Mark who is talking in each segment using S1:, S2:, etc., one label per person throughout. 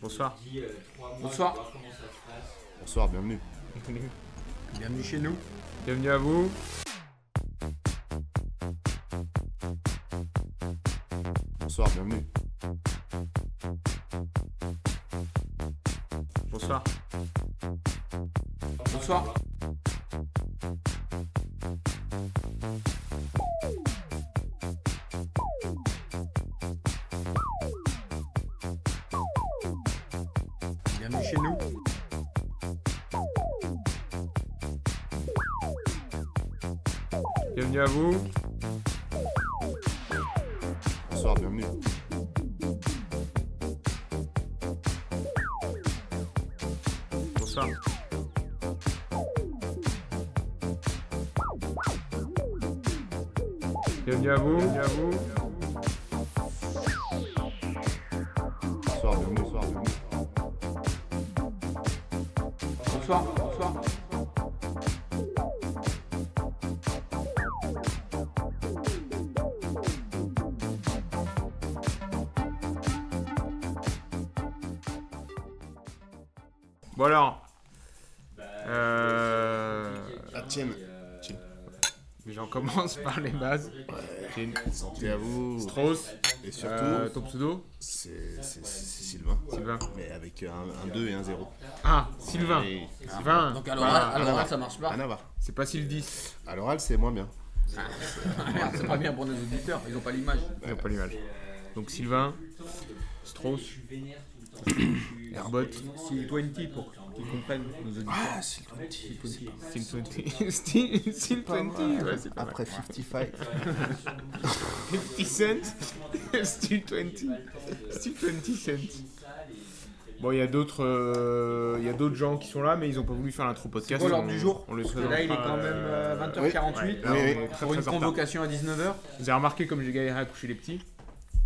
S1: Bonsoir.
S2: Dis, euh, trois mois,
S1: Bonsoir.
S2: je vais voir comment ça se passe.
S3: Bonsoir, bienvenue.
S4: Bienvenue chez nous.
S1: Bienvenue à vous.
S3: Bonsoir, bienvenue.
S1: Bonsoir.
S2: Trois
S1: Bonsoir.
S2: mois, je vais voir-
S4: Bienvenue chez nous.
S1: Bienvenue à vous.
S3: Bonsoir, bienvenue.
S1: Bonsoir. Bienvenue à vous. Bienvenue à vous.
S3: Bonsoir, bienvenue. Bonsoir, bienvenue.
S1: Bonsoir. Bonsoir. Bon alors,
S2: Bah,
S1: Euh,
S2: je vais essayer de
S3: la
S2: quelqu'un
S3: tienne.
S2: et, euh,
S3: Tienne.
S1: j'en commence par les bases. J'ai une-
S3: Santé à vous.
S1: Strauss,
S3: Et surtout,
S1: euh, ton pseudo
S3: c'est c'est- c'est Sylvain.
S1: Sylvain.
S3: Mais avec euh, un, 2 et un 0.
S1: Ah, Sylvain.
S3: Et-
S1: Sylvain.
S4: Donc à l'oral,
S1: Bah,
S4: à l'oral, ça marche pas.
S3: Rien à voir.
S1: c'est pas Sylvie.
S3: À l'oral, c'est moins bien.
S4: Merde, C'est pas bien pour nos auditeurs, ils ont pas l'image.
S1: Ils ont pas l'image.
S2: euh,
S1: Donc Sylvain, Strauss, Airbot,
S4: C'est 20 pour qu'ils comprennent nos auditeurs.
S3: Ah, c'est le
S1: Steel 20, Steel Steel 20, ouais c'est pas mal.
S3: Après 55.
S1: Petit Cent, Steel 20, Steel 20 Cent. Bon, il y a d'autres, euh, il y a d'autres gens qui sont là, mais ils n'ont pas voulu faire l'intro podcast.
S4: C'est quoi l'ordre
S1: On-
S4: du jour
S1: On le
S4: Parce que là, il est quand même euh, 20h48
S3: Oui, oui.
S1: on est très,
S4: euh, pour une
S1: très en retard.
S4: convocation à 19h.
S1: Vous avez remarqué comme j'ai galéré à coucher les petits.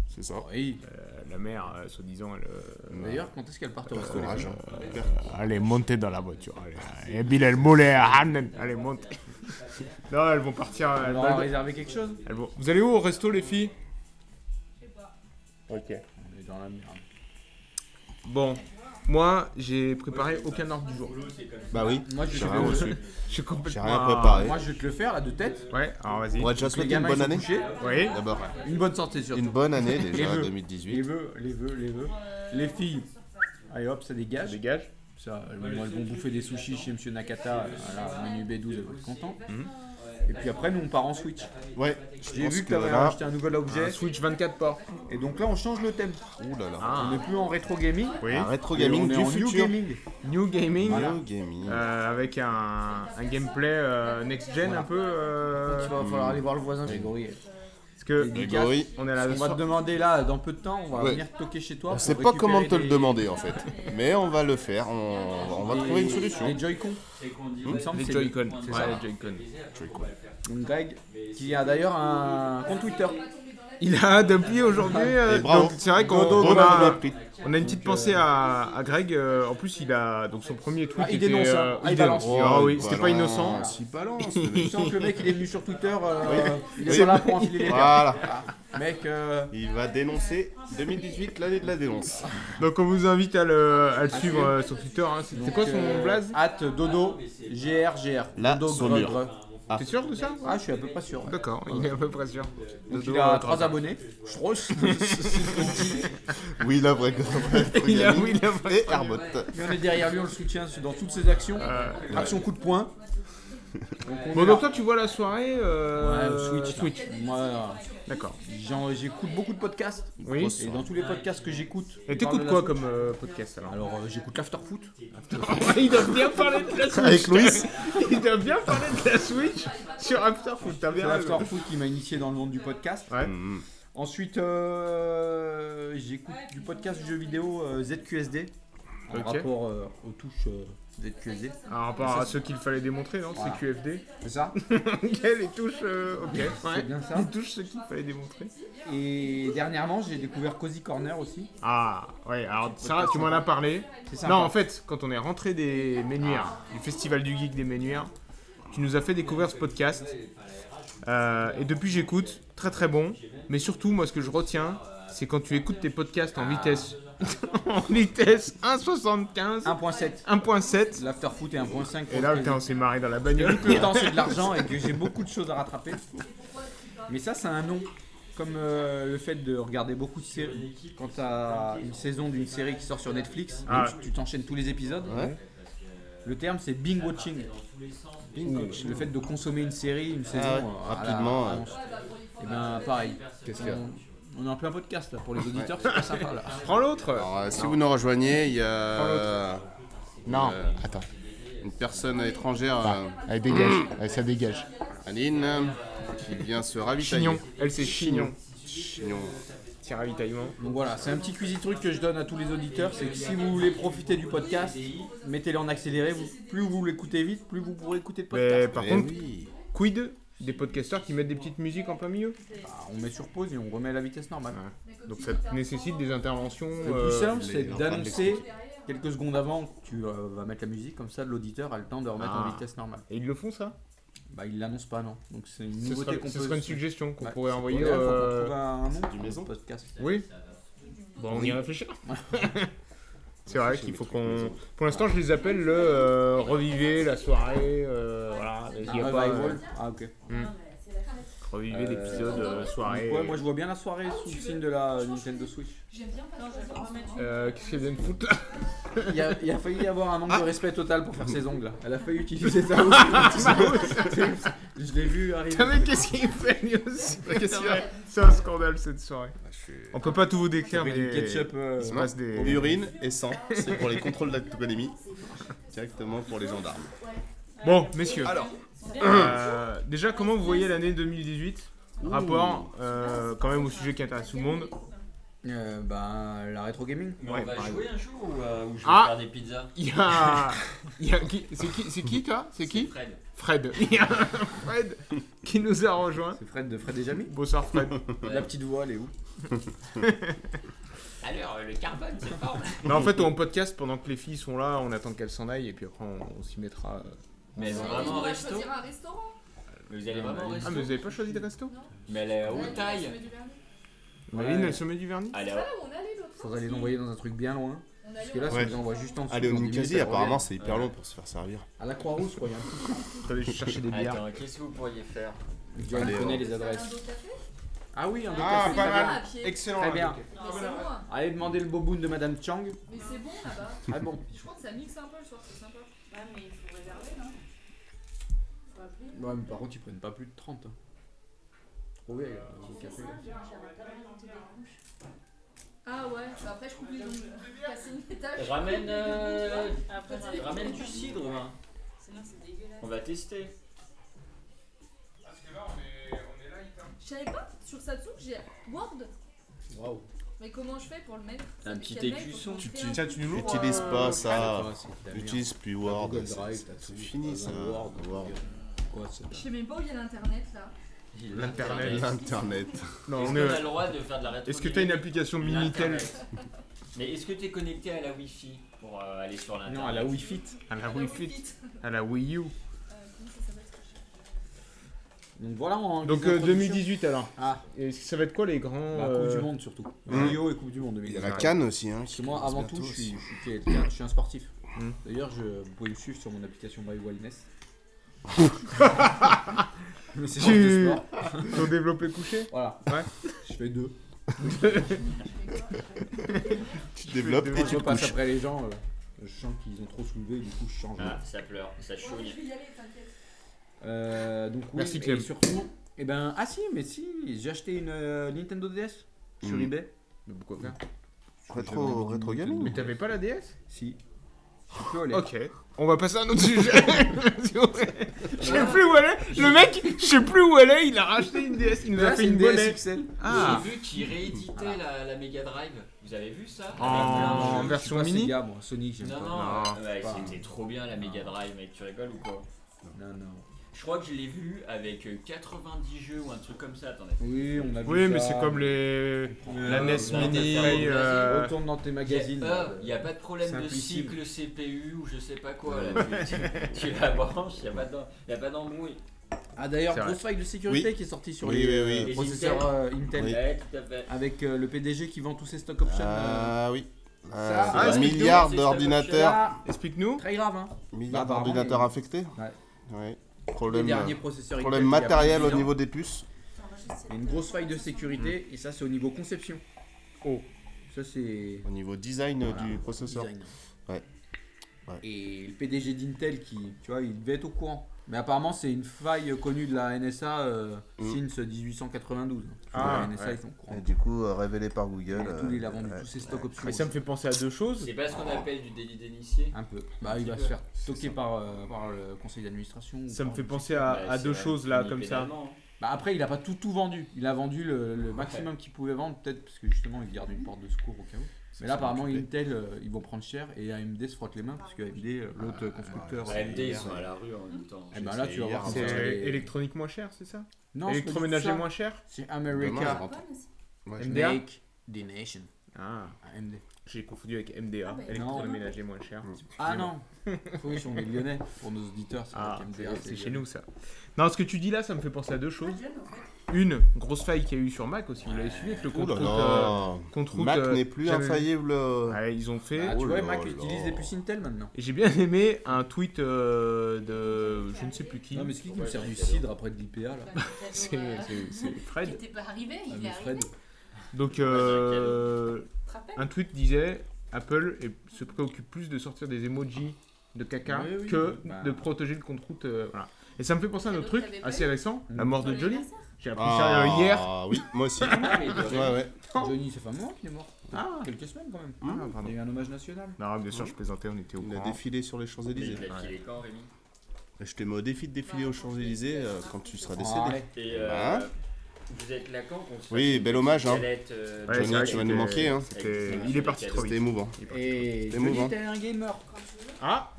S3: C'est ça.
S4: Oui.
S1: Euh, la mère, euh, soi-disant, elle. euh,
S4: D'ailleurs, quand est-ce qu'elle part au resto les
S3: Courage. hein.
S1: Allez, montez dans la voiture. Allez, Et Bill, elle mollet, Hannen. Allez, montez. Non, elles vont partir.
S4: filles
S1: Elles
S4: On leur a
S1: vont,
S4: réservé quelque chose
S1: elles vont- Vous allez où au resto, les filles Je sais pas. Ok.
S4: On est dans la merde.
S1: Bon, moi, j'ai préparé aucun ordre du jour.
S3: Bah oui.
S4: Moi, je
S3: J'ai
S4: vais
S3: rien
S4: te-
S3: reçu.
S1: Je suis
S3: J'ai
S1: complètement.
S3: rien préparé.
S4: Moi, je vais te le faire là de tête.
S1: Ouais, alors vas-y.
S3: On va déjà
S4: Les
S3: souhaiter une
S4: gamins, ils
S3: bonne
S4: sont
S3: année.
S4: couchés.
S1: Oui.
S3: D'abord,
S4: Une bonne santé surtout.
S3: une bonne année
S4: Les
S3: déjà
S4: vœux. Les
S3: 2018.
S4: vœux, les vœux, les vœux. Les filles. Allez hop, ça dégage.
S1: Dégage.
S4: Ça, euh, moi, elles vont bouffer des sushis chez Monsieur Nakata, euh, voilà, menu B12, elles vont être contents. Et puis après, nous, on part en Switch.
S3: Ouais, je
S4: J'ai
S3: pense
S4: vu que
S3: que
S4: t'avais
S3: là.
S4: acheté un nouvel objet.
S1: Switch 24 ports.
S4: Et donc là, on change le thème.
S3: Ouh là là.
S4: On
S1: Ah,
S4: n'est plus en rétro gaming.
S1: oui.
S3: Un rétro
S4: mais
S3: gaming
S4: on est
S3: du
S4: en new
S3: futur.
S4: gaming. Euh,
S1: New Gaming.
S3: New gaming.
S1: euh, avec un, un gameplay euh, next-gen un peu. euh,
S4: Il va falloir aller voir le voisin, Grégory.
S1: parce que.
S3: Grégory,
S1: On est là.
S4: On va te demander là, dans peu de temps, on va
S3: Ouais.
S4: venir toquer chez toi.
S3: on sait pas comment te le demander en fait. Mais on va le faire. On va, on va trouver une solution.
S4: Les Joy-Con. Il me semble
S1: Les
S4: que c'est-
S1: Joy-Con. Ouais, les Joy-Con.
S4: Donc, Greg, qui a d'ailleurs un compte Twitter.
S1: Il a depuis aujourd'hui. euh,
S3: Et bravo.
S1: donc c'est vrai qu'on
S4: Dodo,
S1: on
S3: Bon
S1: a,
S3: appel prix.
S1: on a une petite pensée à, à Greg. euh, en plus, il a donc son premier tweet.
S4: euh, Ah, il
S1: était,
S4: dénonce, hein.
S1: euh,
S4: Ah, il
S1: il dénonce.
S4: balance.
S1: Ah
S3: Oh,
S1: oui,
S3: il
S1: c'était pas innocent.
S3: balance, Il balance.
S4: Je sens que le mec, il est venu sur Twitter. euh, Il
S3: Oui.
S4: est pas là pour enfiler les perles.
S3: Voilà.
S4: Mec, euh,
S3: Il va dénoncer 2018, l'année de la dénonce.
S1: Donc on vous invite à le, à le suivre euh, sur Twitter. hein. C'est c'est
S4: Ah, donc,
S1: quoi son
S4: euh,
S1: blaze
S4: At
S1: Ah,
S4: dodo grgr.
S3: La
S4: dodo
S3: saumure.
S4: Grogre.
S1: T'es sûr de ça
S4: Ah, je suis à peu près sûr. ouais.
S1: D'accord, il est à peu près sûr.
S4: Donc,
S1: Dodo,
S4: il a
S1: euh,
S4: 3 abonnés. Strauss.
S3: Oui, la vraie
S1: Il a- oui, il a vraiment-
S3: Et Herbot.
S4: Et on est derrière lui, on le soutient dans toutes ses actions.
S1: Euh,
S4: Action coup de poing. Donc, on
S1: Bon
S4: est
S1: donc
S4: là.
S1: toi tu vois la soirée euh,
S4: Ouais, Switch. là. Moi, euh,
S1: D'accord.
S4: j'en- j'écoute beaucoup de podcasts.
S1: Oui.
S4: Et dans tous les podcasts que j'écoute.
S1: Et
S4: on
S1: t'écoutes
S4: parle de
S1: quoi
S4: la-
S1: comme euh, podcast alors
S4: Alors, euh, j'écoute l'afterfoot.
S1: Il doit bien parler de la
S3: Avec
S1: Switch.
S3: Louis.
S1: Il doit bien parler de la Switch sur Afterfoot. T'as
S4: C'est
S1: bien raison.
S4: l'afterfoot qui m'a initié dans le monde du podcast.
S1: Ouais.
S3: Mhm.
S4: Ensuite, euh, j'écoute du podcast jeu vidéo euh, ZQSD. En
S1: Ok.
S4: rapport euh, aux touches euh, ZQSD.
S1: Alors, à part à ceux qu'il fallait démontrer, non
S4: Voilà.
S1: CQFD.
S4: C'est ça
S1: Ok, les touches. euh, ok, ouais.
S4: bien ça.
S1: Les touches, ceux qu'il fallait démontrer.
S4: Et dernièrement, j'ai découvert Cozy Corner aussi.
S1: Ah, ouais, alors ça, tu m'en as parlé.
S4: C'est ça.
S1: Non, en fait, quand on est rentré des Menuires, du Festival du Geek des Menuires, tu nous as fait découvrir ce podcast. Euh, et depuis, j'écoute. Très très bon. Mais surtout, moi, ce que je retiens, c'est quand tu écoutes tes podcasts en vitesse en vitesse 1,75,
S4: 1.7.
S1: 1,7.
S4: L'afterfoot est 1.5.
S1: Et là, putain, on s'est marré dans la bagnole.
S4: le temps c'est de l'argent et que j'ai beaucoup de choses à rattraper. Mais ça, c'est un nom. Comme euh, le fait de regarder beaucoup de séries. Quand t'as une saison d'une série qui sort sur Netflix,
S1: Ah.
S4: donc tu tu t'enchaînes tous les épisodes.
S3: Ouais.
S4: Le terme, c'est binge watching. Ou Le fait de consommer une série, une saison
S3: Ah ouais,
S4: euh, à la-
S3: rapidement,
S4: à
S3: ouais.
S4: l'avance. Et ben pareil.
S3: Qu'est-ce qu'il y a
S4: on, on est un peu un podcast là pour les auditeurs, c'est pas sympa là.
S1: Prends l'autre.
S3: Alors, euh, si vous nous rejoignez, il y a.
S5: Non.
S3: Euh,
S5: Attends.
S3: Une personne étrangère, euh,
S5: Allez, dégage. Allez, ça dégage.
S3: Aline, euh, qui vient se ravitailler.
S1: Chignon. Elle, c'est Chignon.
S3: Chignon.
S1: Petit ravitaillement.
S4: Donc voilà, c'est un petit cuisine truc que je donne à tous les auditeurs, c'est que si vous voulez profiter du podcast, mettez-le en accéléré. vous- plus vous l'écoutez vite, plus vous pourrez écouter de
S1: Mais
S4: podcast.
S1: par
S3: Eh
S1: contre,
S3: oui.
S1: quid des podcasteurs qui mettent des petites musiques en plein milieu
S4: Ah, on met sur pause et on remet à la vitesse normale.
S1: Donc ça nécessite des interventions.
S4: Le
S1: euh,
S4: plus simple, c'est
S3: les- on parle
S4: d'annoncer quelques secondes avant que tu euh, vas mettre la musique, comme ça l'auditeur a le temps de remettre
S1: Ah.
S4: en vitesse normale.
S1: Et ils le font ça
S4: Bah il l'annonce pas non, donc c'est une
S1: Ce
S4: nouveauté
S1: serait
S4: qu'on peut.
S1: une suggestion qu'on
S4: Ouais,
S1: pourrait
S4: c'est
S1: envoyer.
S4: pour- faut qu'on
S1: euh,
S4: trouve un nom
S3: du
S4: pour
S3: maison.
S4: le podcast.
S1: Oui. Bon, on y réfléchit. C'est vrai qu'il faut qu'on. Pour l'instant, je les appelle le euh, revivez la soirée. euh, voilà. Il
S4: Un
S1: y a pas,
S4: revival. Ah ok.
S1: euh, revivez l'épisode euh, soirée.
S4: Ouais, moi je vois bien la soirée sous le signe de la euh, Nintendo Switch.
S1: Euh, Qu'est-ce qu'elle vient de foutre là
S4: Il y a, il y a failli y avoir un manque de respect total pour faire ses ongles. là. Elle a failli utiliser ça. je l'ai vu arriver.
S1: Putain, mais qu'est-ce qu'il fait lui aussi C'est un scandale cette soirée.
S3: Ah, je suis-
S1: On peut pas tout vous décrire, mais.
S4: Avec du ketchup. euh,
S1: Il se passe des.
S3: Urine et sang, c'est pour les contrôles d'alcoolémie, directement pour les gendarmes.
S1: Bon, messieurs.
S3: Alors.
S1: Euh, déjà, comment vous voyez l'année 2018 Rapport euh, quand même au sujet qui intéresse tout le monde.
S4: euh, ben la rétro gaming.
S2: Mais
S1: Ouais,
S2: on va
S1: pareil.
S2: jouer un jour ou, euh, ou je vais
S1: Ah.
S2: faire des pizzas
S1: Il y a. il y a qui- C'est qui, c'est qui toi C'est qui
S2: Fred.
S1: Fred. Il y a Fred qui nous a rejoint.
S4: C'est Fred de Fred et Jamy.
S1: Bonsoir Fred.
S2: Ouais.
S4: La petite voix, elle est où
S2: Alors, euh, le carbone, c'est fort.
S1: Non, Bah, en fait, on podcast pendant que les filles sont là, on attend qu'elles s'en aillent et puis après on, on s'y mettra. euh.
S2: Mais elles ont vraiment un resto.
S6: un restaurant.
S2: Mais vous allez vraiment au
S1: Ah,
S2: resto.
S1: mais vous avez pas choisi de resto
S2: Mais elle est à
S6: Ouais,
S2: haute taille.
S6: du vernis.
S1: Maline,
S4: Ouais.
S1: elle se met du vernis
S2: Elle est
S6: C'est
S2: à
S6: pas là où on allait l'autre fois.
S4: Faudrait les envoyer dans un truc bien loin.
S6: On
S4: Parce
S6: allait
S4: que là,
S6: au-
S4: si
S3: Ouais.
S4: on les envoie juste en dessous.
S3: Allez, au
S4: dans 10 minutes,
S3: Ninkasi,
S4: elles
S3: apparemment,
S4: reviennent.
S3: c'est hyper long pour se faire servir.
S4: À la Croix-Rousse, quoi. il y a un truc.
S1: Attendez, je cherchais des bières.
S2: Attends, qu'est-ce que vous pourriez faire
S4: Je
S3: Allez,
S4: connais
S3: ouais.
S4: les
S6: C'est un
S4: adresses.
S6: dos café
S4: Ah oui, un
S1: Ah,
S4: café,
S1: pas
S4: très
S1: mal.
S4: bien.
S6: à pied.
S1: Excellent.
S4: Très bien.
S6: Mais c'est loin.
S4: Allez demander le boboon de Madame Chang.
S6: Mais c'est bon là-bas.
S4: Ah bon.
S6: Je crois que ça mixe un peu le soir, c'est sympa. Ouais, mais il faut réserver, non Faut appeler.
S4: Ouais, mais par contre, ils prennent pas plus de 30. hein. Trop bien, le café.
S6: Ah ouais, bah après je coupe les ongles. Passer une étage.
S2: Ramène, euh,
S6: Après, c'est-
S2: ramène du cidre, hein.
S6: Sinon, c'est dégueulasse.
S2: on va tester.
S6: Je savais pas, sur Samsung, j'ai Word.
S4: Waouh.
S6: Mais comment je fais pour le mettre
S2: Un
S6: Mais
S2: petit
S6: quel mec, faut
S2: écusson.
S6: qu'on
S3: Tu-
S6: crée
S3: tu-
S6: un-
S1: Tiens, tu nous l'ouvres
S3: N'utilise
S1: euh,
S3: pas ça.
S4: c'est de la merde.
S3: Utilise plus
S4: T'as
S3: Word.
S4: Google
S3: c'est-
S4: Drive, t'as
S3: C'est
S4: tout,
S3: fini
S4: t'as
S3: ça.
S4: Word,
S3: Word.
S4: Quoi, c'est
S6: Je sais même pas où il y a l'internet là.
S2: Il-
S1: L'internet.
S3: L'internet.
S1: Non,
S2: Est-ce
S1: on
S2: qu'on a
S1: est. euh,
S2: le droit de faire de la rétro
S1: Est-ce que t'as une application Minitel
S2: L'internet. Mais est-ce que t'es connecté à la Wi-Fi pour euh, aller sur l'internet
S4: Non, à la Wi-Fi.
S1: À la
S6: Ah,
S1: Wii
S6: non,
S1: Fit
S6: Fit.
S1: À la Wii U.
S6: Euh, comment ça s'appelle ce truc
S4: Donc voilà. en-
S1: Donc
S4: en
S1: euh,
S4: production.
S1: 2018 alors.
S4: Ah,
S1: Et ça va être quoi les grands.
S4: bah, Coupe
S1: euh,
S4: du Monde surtout.
S3: Hum.
S4: Rio et Coupe du Monde.
S3: Il y a
S4: 2018.
S3: la canne aussi. Hein,
S4: Parce
S3: qui
S4: que moi,
S3: commence
S4: avant tout,
S3: bientôt
S4: je
S3: Hum. aussi.
S4: suis, je suis quelqu'un- je suis un sportif.
S1: Mm.
S4: D'ailleurs, je, vous pouvez me suivre sur mon application My Wellness. Mais c'est
S1: Tu-
S4: juste de sport.
S1: Ton développé couché
S4: Voilà.
S1: Ouais.
S4: Je fais deux.
S3: Tu développes et
S4: je
S3: tu te
S4: passe
S3: couches.
S4: après les gens. euh, je sens qu'ils ont trop soulevé, du coup, je change.
S2: Ah, ça pleure, ça
S6: Ouais, mais
S2: chouille.
S6: je vais y aller, t'inquiète.
S4: Euh, donc, oui,
S1: Merci,
S4: et
S1: Clem.
S4: surtout, eh ben, ah si, mais si, j'ai acheté une euh, Nintendo DS sur
S3: Mm.
S4: eBay. Mais pourquoi faire
S3: Rétro, rétro gaming.
S1: Mais t'avais pas la DS
S4: Si. Je peux aller.
S1: Ok. On va passer à un autre sujet. je sais plus où elle est. Le mec, je sais plus où elle est. Il a racheté une DS. Il nous
S4: Mais là,
S1: a fait
S4: c'est
S1: Ah, une
S4: DS
S1: bonne
S4: XL.
S1: Ah.
S2: J'ai vu qu'ils rééditaient la, la Mega Drive. Vous avez vu ça
S1: Oh,
S2: Ah,
S1: En
S4: Ah, Je suis
S1: version
S4: pas
S1: mini
S4: Sega, moi, Sonic, j'aime pas.
S2: Non, non,
S1: Non,
S2: ouais,
S4: pas.
S2: c'était trop bien la Mega Drive, mec, tu rigoles ou quoi
S4: Non, non.
S2: Je crois que je l'ai vu avec euh, 90 jeux ou un truc comme ça, attendez.
S4: Oui, on a vu
S1: Oui, mais
S4: ça.
S1: c'est comme les. Ah. La
S2: Euh,
S1: NES
S2: bah,
S1: Mini.
S2: t'as fait un
S1: euh,
S4: Retourne dans tes magazines. Euh,
S2: Il
S4: là.
S2: n'y a pas de problème de
S4: Simplissime.
S2: cycle CPU ou je sais pas quoi. Là, tu, tu- tu la branches, il n'y a pas d'en- y a pas d'embrouille.
S4: Ah d'ailleurs,
S1: C'est vrai.
S4: grosse faille de sécurité
S3: Oui.
S4: qui est sortie sur
S3: Oui,
S4: les
S3: oui,
S4: euh,
S3: oui.
S2: Les
S4: processeurs euh, Intel.
S3: Oui.
S2: Ouais, tout à fait.
S4: Avec euh, le PDG qui vend tous ses stock options. euh,
S3: Ah oui. Ah,
S1: Ah,
S3: un
S1: explique-nous,
S3: milliard
S2: c'est
S3: d'ordinateurs,
S4: Là,
S1: Explique-nous.
S4: très grave, hein.
S3: milliard
S4: Bah, apparemment,
S3: d'ordinateurs
S4: il-
S3: affectés.
S4: Ouais.
S3: Ouais.
S4: Le
S3: Problème, euh,
S1: euh,
S4: dernier processeur Intel
S3: problème
S4: qui a plus de
S3: matériel au
S4: 10 ans.
S3: niveau des puces.
S6: Enregistre,
S4: Il y a une grosse faille de sécurité
S1: Mmh.
S4: et ça c'est au niveau conception. Oh. Ça c'est
S3: Au niveau design euh,
S4: Voilà.
S3: du processeur.
S4: design.
S3: Ouais. Ouais.
S4: Et le PDG d'Intel qui, tu vois, il devait être au courant. Mais apparemment c'est une faille connue de la NSA euh,
S3: Mm.
S4: since 1892.
S1: Ah,
S4: la NSA
S1: ouais.
S4: ils sont au courant.
S7: Et du coup, euh, révélé par Google.
S4: Et
S7: euh,
S4: tout, il a vendu
S7: ouais.
S4: tous ses stocks obscurs.
S1: Mais ça me fait penser à deux choses.
S2: C'est pas ce qu'on
S3: Ah.
S2: appelle du délit d'initié.
S4: Un peu. Bah il va se faire toquer par, euh, par le conseil d'administration. ou
S1: Ça me
S4: par-
S1: fait penser à,
S2: Bah,
S1: à
S2: c'est
S1: deux
S2: vrai,
S1: choses là,
S2: ni
S1: comme ça.
S2: pénalement, hein.
S4: Bah après il a pas tout tout vendu. Il a vendu le, le maximum qu'il pouvait vendre peut-être parce que justement il garde une porte de secours au cas où. Mais là, apparemment, Intel, euh, ils vont prendre cher et AMD se frotte les mains parce que AMD, euh, l'autre constructeur.
S2: Ouais, AMD, hein. ils
S4: hier,
S2: sont à la rue en même temps.
S4: Eh ben là, tu vas voir
S1: C'est
S4: comment ça va aller.
S1: électronique moins cher, c'est ça
S4: Non, c'est pas du
S1: Électroménager
S4: tout ça.
S1: moins cher
S4: C'est
S3: Demain,
S4: America.
S3: j'aurai-
S6: Bonne aussi.
S1: MDA
S4: Make the nation.
S1: Ah,
S4: AMD.
S1: j'ai confondu avec MDA,
S6: Ah, mais non.
S1: électroménager moins cher.
S4: Ah non Oui, si on est lyonnais, pour nos auditeurs, c'est
S1: Ah,
S4: vrai
S1: c'est-
S4: qu'MDA,
S1: c'est chez nous ça. Non, ce que tu dis là, ça me fait penser à deux
S6: Pas
S1: choses.
S6: jeune, en fait.
S1: Une, grosse faille qu'il y a eu sur Mac aussi, vous l'avez suivi avec le compte
S3: Ouh là
S1: route, euh,
S3: là.
S1: compte route,
S3: Mac
S1: euh,
S3: n'est plus
S1: jamais-
S3: infaillible. euh,
S1: Ouais, ils ont fait.
S4: Ah, tu
S3: Oh
S4: vois,
S3: là
S4: Mac
S3: là.
S4: utilise des puces Intel maintenant.
S1: Et J'ai bien aimé un tweet euh, de je ne sais plus qui.
S4: Non, mais c'est qui qui me sert du cidre après de l'IPA là
S1: C'est c'est- c'est
S6: Il
S1: Fred.
S6: n'était pas arrivé,
S4: Ah,
S6: il est
S4: mais
S6: arrivé.
S4: Fred.
S1: Donc euh,
S6: Tu te rappelles
S1: un tweet disait Apple est- se préoccupe plus de sortir des emojis de caca
S4: Oui, oui,
S1: que
S4: bah.
S1: de protéger le compte route. euh, voilà. Et ça me fait penser à un
S6: Et
S1: autre
S6: donc,
S1: truc
S6: t'avais pas
S1: assez
S6: eu
S1: récent, la
S4: Mm.
S1: mort
S6: Ton
S1: de Johnny.
S6: anniversaire
S1: J'ai appris ça euh, hier.
S3: Ah oui, moi aussi.
S2: Ah, mais il doit-
S3: Ouais, ouais.
S4: Johnny, c'est pas moi qui est mort. Ah, quelques semaines quand même.
S1: Ah,
S4: Il y a
S1: pardon.
S4: eu un hommage national.
S1: Non, bien sûr, je plaisantais, on était au
S3: Il a
S1: courant.
S3: défilé sur les
S2: Mais
S3: Champs-Élysées.
S2: il l'a filé quand, Rémi
S3: Je te mets au défi de défiler aux Champs-Élysées euh, quand tu seras
S4: Ah,
S3: décédé.
S4: Arrête.
S2: Et euh,
S3: Hein
S2: vous êtes là quand qu'on se
S3: Oui,
S2: fasse
S3: bel
S2: une
S3: hommage, hein.
S2: galette, euh,
S1: Ouais,
S3: Johnny,
S1: c'est vrai
S3: tu
S1: que
S3: vas nous
S1: c'était-
S3: manquer, hein.
S1: c'était- Il est parti trop
S3: C'était
S1: vite.
S3: émouvant.
S4: Et
S3: C'est émouvant.
S4: Johnny, t'es hein. un gamer.
S6: Quand tu veux.
S1: Ah,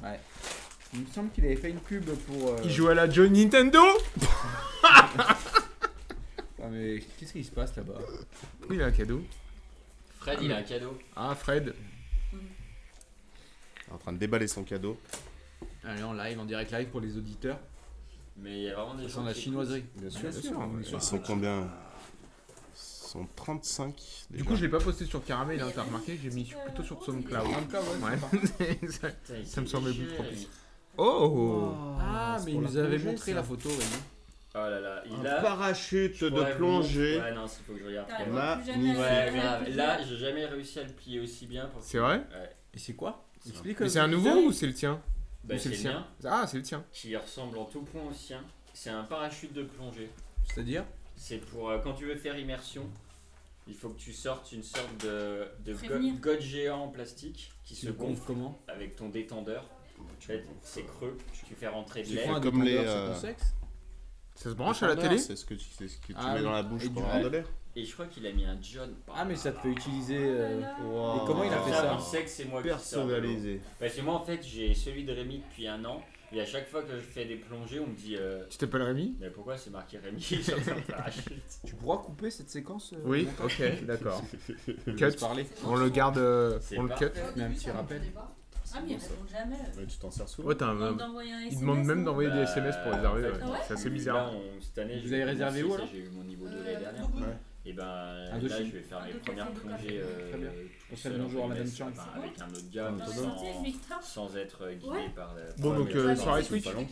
S4: Il me semble qu'il avait fait une pub pour. euh,
S1: il joue à la Johnny Nintendo
S4: Ah, mais qu'est-ce qui se passe là-bas
S1: Pourquoi il a un cadeau
S2: Fred, il a un cadeau.
S1: Ah, Fred.
S3: En train de déballer son cadeau.
S4: Allez, en live, en direct live pour les auditeurs.
S2: Mais il y a vraiment des
S4: Ils sont
S2: gens.
S4: de la
S2: qui-
S4: chinoiserie.
S3: Bien
S1: sûr, bien sûr, on est
S3: Ils sont combien Ils sont 35.
S1: Du
S3: déjà.
S1: coup, je l'ai pas posté sur Caramel, hein, t'as remarqué, j'ai mis sur- plutôt sur SoundCloud. Ouais, ça-
S2: Putain, il
S1: Ça me
S2: s'est
S1: semblait
S2: déchiré,
S1: plus trop
S2: Rémi.
S1: petit. Oh
S4: Ah, mais il nous avait montré la photo, Rémi.
S2: Oh là là,
S3: Un
S2: il a.
S3: parachute
S2: Je pourrais
S3: de
S2: vous-
S3: plongée.
S2: Ouais, non, il faut que je regarde.
S6: T'as
S2: quand même.
S3: Là,
S6: plus jamais
S3: ni-
S6: arrivé,
S2: Ouais,
S6: t'as
S2: grave.
S6: plus
S2: Là, j'ai jamais réussi à le plier aussi bien. pour-
S1: C'est vrai
S2: Ouais.
S4: Et c'est quoi Explique.
S1: Mais c'est un nouveau ou c'est le tien
S2: Bah,
S1: Ou
S2: c'est le mien,
S1: Ah, c'est le tien.
S2: qui ressemble en tout point au sien. C'est un parachute de plongée.
S4: C'est-à-dire
S2: C'est pour euh, quand tu veux faire immersion, il faut que tu sortes une sorte de, de
S6: Prévenir.
S2: go- gode géant en plastique qui se
S4: Tu le
S2: gonfle
S4: gonfles comment
S2: avec ton détendeur. En fait, c'est creux, tu fais rentrer de
S4: Tu
S3: C'est
S4: fais
S2: l'air.
S4: un
S3: comme les,
S4: détendeur,
S3: euh,
S4: c'est ton sexe
S1: Ça se branche à la télé
S3: C'est ce que tu, c'est ce que tu
S4: Ah
S3: mets
S4: oui.
S3: dans la bouche
S4: Et
S3: pour
S4: du
S3: avoir
S4: coup-
S3: de l'air.
S2: Et je crois qu'il a mis un John. par
S4: Ah, mais
S2: là.
S4: ça te fait utiliser. euh,
S3: Wow.
S4: Et comment il a
S2: Comme
S4: fait
S2: ça,
S4: ça
S2: on sait que c'est moi qui sors.
S3: Personnalisé.
S2: Parce que moi, en fait, j'ai celui de Rémi depuis un an. Et à chaque fois que je fais des plongées, on me dit euh,
S1: Tu t'appelles Rémi
S2: Mais pourquoi c'est marqué Rémi sur ton parachute
S4: Tu pourras couper cette séquence euh,
S1: Oui,
S4: au montage
S1: ok, d'accord.
S4: Je
S1: Cut.
S4: laisse parler.
S1: On le garde, euh,
S2: C'est
S1: on le
S2: parfait.
S1: cut.
S6: jamais.
S4: Mais un petit rappel.
S6: Ah, mais ils répondent jamais. euh.
S3: Ouais, tu t'en sers souvent.
S1: Ouais, t'as un-
S6: D'envoyer un
S1: Il
S6: SMS,
S1: demande même
S6: non
S1: d'envoyer des
S2: Bah,
S1: SMS pour les
S2: en
S1: arriver.
S2: fait,
S1: ouais. C'est assez
S2: Là,
S1: bizarre.
S2: on- cette année,
S4: Vous
S2: je vais
S4: avez réservé
S2: commencer,
S4: où,
S2: ça,
S4: alors
S2: J'ai eu mon niveau 2
S6: Euh,
S2: l'année dernière.
S6: beaucoup.
S2: Et ben
S4: Ah, de
S2: là,
S4: chez-
S2: je vais faire mes
S6: Ah, de
S2: premières
S6: café, de
S2: plongées euh,
S4: Très bien.
S2: tout
S4: On fait
S2: seul,
S4: le bonjour à
S2: entre
S4: Madame Ah,
S2: guillemets,
S4: Chang.
S2: enfin,
S6: C'est
S2: avec un autre gars,
S6: Dans
S2: mais
S6: la
S2: sans,
S6: santé, Victor.
S2: sans être euh, guidé
S6: Ouais.
S2: par la.
S1: Bon, donc, euh, soirée Twitch.
S4: Ouais.
S2: Hein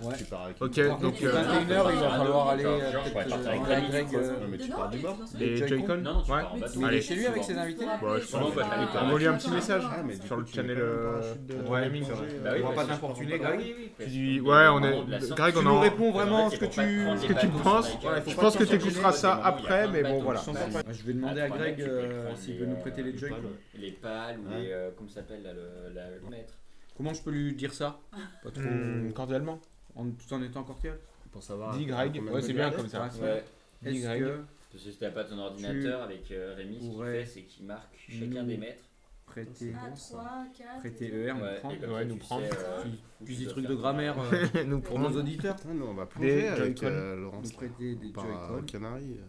S4: Ouais.
S3: Tu pars avec
S1: Ok,
S3: une-
S4: Par contre,
S1: donc,
S4: il est
S1: euh,
S4: 21h, il va
S2: Ah,
S4: falloir
S2: non,
S4: aller. euh,
S2: genre, genre,
S4: peut-être,
S2: je partais avec
S4: euh,
S2: la
S4: à
S2: nuit,
S4: Greg,
S2: quoi.
S4: euh,
S3: Non, mais tu
S6: Dedans,
S3: pars du
S6: mais
S3: bord.
S6: dans son-
S1: Les Joy-Con
S2: Non, non, tu
S1: Ouais.
S2: pars en bas.
S4: Mais il est
S1: Allez.
S4: chez lui avec ses invités
S6: Ouais.
S1: Bon, je
S6: Ah,
S1: pense
S2: bah,
S1: que- on
S2: t'as-
S1: envoie lui un petit
S6: Ah,
S1: message
S6: bah,
S3: mais du
S1: sur
S3: coup,
S1: le
S3: tu mets
S1: channel.
S3: pas le
S1: euh,
S3: parachute de-
S1: ouais.
S3: de plongée,
S1: Ouais.
S3: euh,
S2: Bah oui,
S4: On va
S2: bah,
S4: pas
S2: je-
S4: t'importuner, Greg.
S1: Tu dis- ouais, on est- Greg, on
S4: Tu
S1: en-
S4: nous réponds
S2: En
S4: vraiment
S2: fait,
S4: ce que
S2: c'est pour pas
S4: tu.
S1: ce
S2: prendre les
S1: que tu
S2: bâtons
S1: penses.
S2: sur la gueule.
S1: Je pense que
S2: Faut pas
S1: t'écouteras
S2: s'enchaîner,
S1: ça
S2: parce que
S1: après,
S2: des moments où
S1: mais
S2: il y
S1: bon,
S2: a plein
S1: voilà.
S2: de bâtons. Ah,
S4: Je vais demander à Greg euh, s'il peut nous prêter les joy
S2: Les pales ou
S3: Ouais.
S2: les. euh, Comment ça s'appelle là, le- la- le maître
S4: Comment je peux lui dire ça Pas trop.
S1: Hum, Cordialement.
S4: En, tout en étant cordial
S3: Pour savoir.
S1: Dis Greg.
S3: combien de
S1: Ouais, c'est
S3: bonnes
S1: bien
S3: heures.
S1: comme ça.
S4: Ouais.
S2: Ouais.
S1: Dis
S4: Est-ce
S1: Greg.
S4: que
S2: Parce que si t'as pas ton ordinateur avec euh, Rémi, ce qu'il
S4: Ouais.
S2: fait, c'est qu'il marque chacun
S4: Nous.
S2: des mètres.
S4: prêter,
S6: Ah, trois, quatre,
S4: prêter
S6: et-
S4: ER,
S2: Ouais,
S4: on prend
S2: et comme
S1: Ouais,
S2: ça,
S1: nous
S2: tu
S1: prendre.
S2: sais, euh,
S4: Puis-
S2: où
S4: Puis
S2: tu
S4: des
S2: dois
S4: trucs
S2: faire
S4: de
S2: ton-
S4: grammaire euh,
S1: Nous
S4: pour nos
S1: prenons.
S4: auditeurs.
S3: Putain, non, on va plonger avec
S1: Joy-Con.
S3: euh, Laurence.
S4: Nous prêter des
S3: Par, euh,
S4: Joy-Con.
S3: aux Canaries. euh,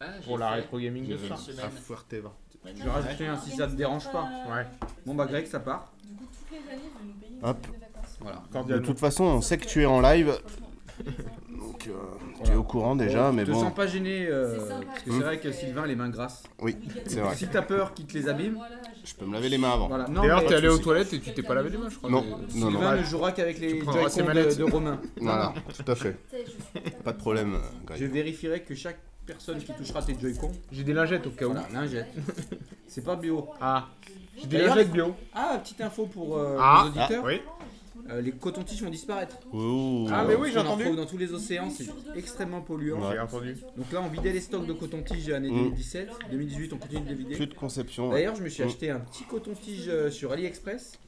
S2: Ah, j'ai
S1: Pour la
S2: fait.
S1: rétro gaming de
S2: J'ai
S1: ce
S2: fait
S1: soir.
S2: une
S3: À
S2: semaine.
S3: Fuerteva.
S6: Non,
S2: Maintenant,
S4: Je vais rajouter un si ça te dérange pas.
S1: Ouais.
S4: Bon bah Greg, ça part.
S6: Du coup, toutes les années, je vais nous payer une
S3: Hop.
S6: semaine de vacances.
S4: Voilà.
S3: De
S1: Cordialement.
S3: toute façon, on sait que tu es en live.
S6: Franchement, tous les ans,
S3: Donc,
S6: monsieur.
S3: euh, tu es
S4: Voilà.
S3: au courant déjà, mais
S4: te
S3: bon.
S4: sens pas gêné, euh,
S6: C'est sympa,
S4: parce que
S6: tu
S4: c'est
S6: sais.
S4: vrai que Sylvain a les mains grasses.
S3: Oui, c'est vrai.
S4: Si t'as peur qu'il te les abîme,
S6: Voilà, j'ai-
S3: Je peux me laver les mains avant.
S4: Voilà. Non,
S1: D'ailleurs,
S4: mais-
S1: t'es allé aux toilettes et tu t'es pas lavé les mains, je crois.
S3: Non,
S1: mais-
S3: non, non.
S4: Sylvain ne jouera qu'avec les
S1: prendras
S4: Joy-Con
S1: ses
S4: de,
S1: manettes.
S4: de Romain.
S3: Voilà, tout à fait. Pas de problème, euh, Greg.
S4: Je vérifierai que chaque personne qui touchera tes Joy-Con,
S1: J'ai des lingettes au cas où.
S4: voilà, lingette. C'est pas bio.
S1: Ah, j'ai des
S4: D'ailleurs-
S1: lingettes bio.
S4: Ah, petite info pour euh,
S1: Ah.
S4: nos auditeurs.
S1: Oui.
S4: Euh, les cotons-tiges vont disparaître.
S3: Ouh.
S1: Ah, mais oui, j'ai
S4: On en
S1: entendu.
S4: retrouve dans tous les océans, c'est extrêmement polluant.
S3: Ouais.
S1: J'ai entendu.
S4: Donc là, on vidait les stocks de coton-tige année
S3: Mm.
S4: 2017. 2018, on continue de les vider.
S3: Plus de conception. ouais.
S4: D'ailleurs, je me
S1: Mm.
S4: suis acheté un petit coton-tige euh, sur AliExpress.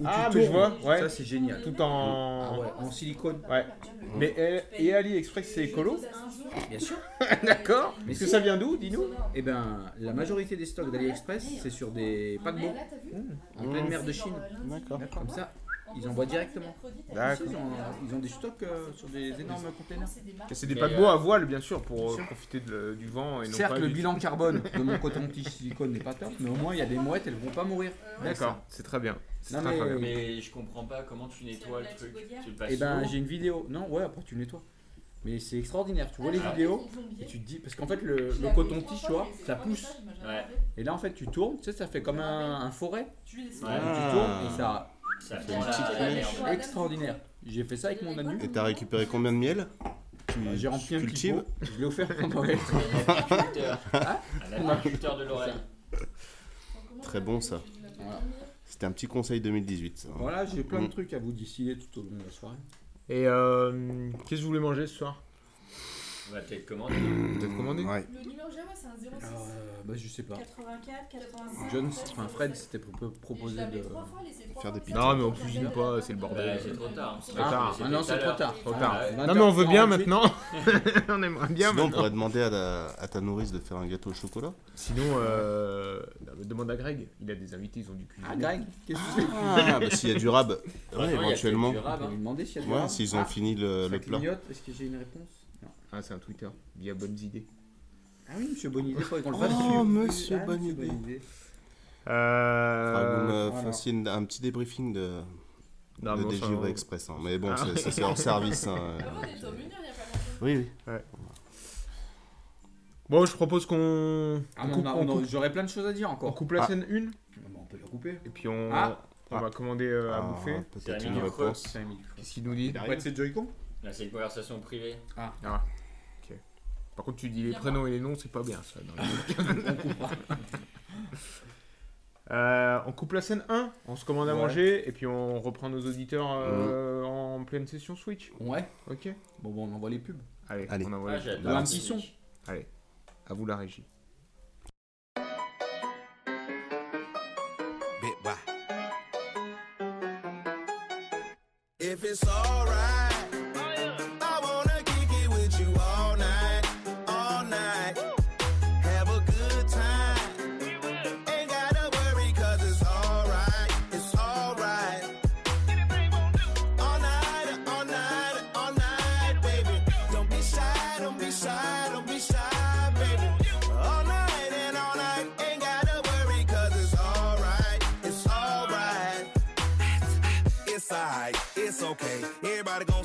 S4: où
S1: Ah,
S4: tu
S1: mais je
S4: tournes.
S1: vois, ouais.
S4: Ça, c'est génial.
S1: Tout en.
S4: Ah ouais, en silicone.
S1: Ouais. Mais euh, et AliExpress, c'est écolo
S4: Bien sûr.
S1: D'accord.
S4: Mais
S1: Est-ce que
S4: si.
S1: ça vient d'où Dis-nous.
S4: Eh ben, la majorité des stocks d'AliExpress, c'est sur des paquebots en pleine mer de Chine.
S3: D'accord.
S4: Comme ça, ils envoient directement. Tu sais, Ils ont, ils ont des stocks euh, sur des énormes containers.
S1: Et C'est des
S2: Mais,
S1: paquebots
S2: euh,
S1: à voile, bien sûr, pour euh,
S4: sûr.
S1: profiter de le- du vent et non
S4: Certes,
S1: pas
S4: le
S1: du-
S4: bilan carbone de mon coton-tige silicone n'est pas top, mais au moins, il y a des mouettes, elles vont pas mourir.
S1: D'accord, c'est très bien. C'est
S4: Non,
S1: très,
S4: mais-
S1: très bien.
S2: Mais je comprends pas comment tu nettoies le truc. Tu le passes
S4: Eh ben,
S2: sous l'eau
S4: j'ai une vidéo. Non, ouais, après tu nettoies. Mais c'est extraordinaire. Tu vois
S1: Ah.
S4: les vidéos et tu te dis. Parce qu'en fait, le, le coton-tige, tu vois, ça pousse.
S2: Ouais,
S4: Et là, en fait, tu tournes, tu sais, ça fait comme un, un forêt.
S1: Ah.
S2: Ouais.
S4: Donc, tu tournes et ça.
S2: ça fait
S6: une
S2: la-
S6: petite
S2: la
S6: mèche.
S2: merde.
S4: Extraordinaire. J'ai fait ça avec mon anus.
S3: Et t'as récupéré combien de miel
S4: Euh,
S3: Tu-
S4: J'ai
S3: tu
S4: rempli un petit
S3: cultives
S4: pot. Je l'ai offert pour Noël.
S2: L'apiculteur. À l'apiculteur de l'oreille.
S3: Très bon ça.
S4: Voilà.
S3: C'était un petit conseil 2018. ça. hein.
S4: Voilà, j'ai
S1: Mm.
S4: plein de trucs à vous distiller tout au long de la soirée.
S1: Et euh, qu'est-ce que vous voulez manger ce soir
S2: On va peut-être commander.
S1: Peut-être commander
S3: Ouais.
S6: Le numéro que j'ai, moi, Ah, c'est un 06
S1: Ah
S4: Alors, euh, bah, je sais pas.
S6: 84 85.
S4: John, enfin Fred, c'était pro- proposé de. Ah,
S3: faire des pizzas.
S1: Non, mais on cuisine pas, c'est le
S2: Bah,
S1: bordel.
S2: c'est trop tard. C'est
S1: Ah,
S2: tard,
S1: ah
S2: c'était
S4: non,
S2: tout à
S4: c'est trop
S2: l'heure.
S4: tard.
S1: Trop tard.
S2: Ah,
S1: Non, mais on veut bien
S4: 20h48.
S1: maintenant. on aimerait bien
S3: Sinon, on
S1: maintenant.
S3: pourrait demander à, la- à ta nourrice de faire un gâteau au chocolat.
S1: Sinon, euh, non, mais demande à Greg. Il a des invités, ils ont du cuisiner.
S4: Ah, Greg, qu'est-ce que c'est
S3: Ah, bah, s'il y a du rab, ouais,
S2: Franchement, il y a
S3: éventuellement.
S2: peut-être du rab,
S4: Je vais lui
S2: hein.
S4: demander s'il y a du
S3: Ouais,
S4: rhum.
S3: s'ils ont
S4: Ah,
S3: fini le,
S1: euh,
S4: ça
S3: le plat.
S4: clignote. Est-ce que j'ai une réponse Non.
S1: Ah, c'est un Twitter. Il y a bonnes idées.
S4: Ah oui, monsieur Bonidé, faudrait qu'on le
S3: Oh,
S4: fasse suivre.
S3: monsieur
S4: Ah,
S3: Bonne Idée.
S4: Bonne Idée.
S3: Faudra que vous
S1: Euh... Bah,
S3: me
S4: voilà.
S3: fassiez une- un petit débriefing de,
S1: non,
S3: de
S1: mais enfin,
S3: DG Express. hein. Mais bon,
S1: Ah,
S3: c'est-
S1: ouais.
S3: ça, c'est hors service. hein.
S6: Avant d'être au Munir, il n'y a pas longtemps.
S3: Oui, oui.
S1: Bon, je propose qu'on
S4: Ah,
S1: on
S4: mais
S1: coupe,
S4: on a-
S1: on
S4: on a-
S1: coupe-
S4: J'aurais plein de choses à dire
S1: on
S4: encore.
S1: coupe la
S3: Ah.
S1: scène 1
S4: Ah, bah, on peut la couper.
S1: et puis on,
S4: Ah.
S1: on va commander euh, à
S3: Ah,
S1: bouffer.
S2: C'est
S3: Peut-être
S2: la
S3: une
S2: minute creuse.
S3: réponse.
S1: Qu'est-ce qu'il nous dit
S3: Il
S4: Ouais, c'est Joy-Con
S2: Là, c'est une conversation privée.
S1: Par contre, tu dis les prénoms et les noms, c'est pas bien ça. dans les- Euh, on coupe la scène 1, on se commande à
S4: Ouais.
S1: manger et puis on reprend nos auditeurs euh, en pleine session Switch.
S4: Ouais.
S1: Ok
S4: Bon, bon, on envoie les pubs.
S1: Allez,
S3: Allez.
S1: on envoie
S2: Ah,
S1: les-
S2: j'ai
S1: on
S2: adoré
S1: envoie-
S4: un
S2: la
S4: petit son.
S2: musique.
S1: Allez, à vous la régie.
S8: If it's alright, I wanna kick it with you all night, all night. Have a good time. Ain't gotta worry, cause it's alright, it's alright. All night, all night, all night, baby. Don't be shy, don't be shy, don't be shy, baby. All night and all night, ain't gotta worry, cause it's alright, it's alright. It's alright, it's okay. Everybody gon'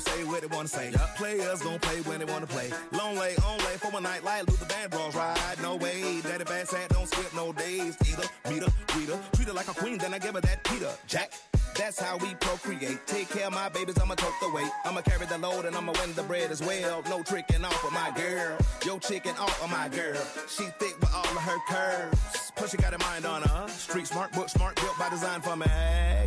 S8: say what they wanna say. Players gon' play when they wanna play. Long lay, on lay for a night like Luther Vandross ride. No way, daddy bass hat don't skip no days. Either meet her, greet her, treat her like a queen, then I give her that Peter Jack. That's how we procreate. Take care of my babies, I'ma tote the weight. I'ma carry the load and I'ma win the bread as well. No tricking off of my girl. Yo chicken off of my girl. She thick with all of her curves. Plus she got a mind on her. Street smart, book smart, built by design for me.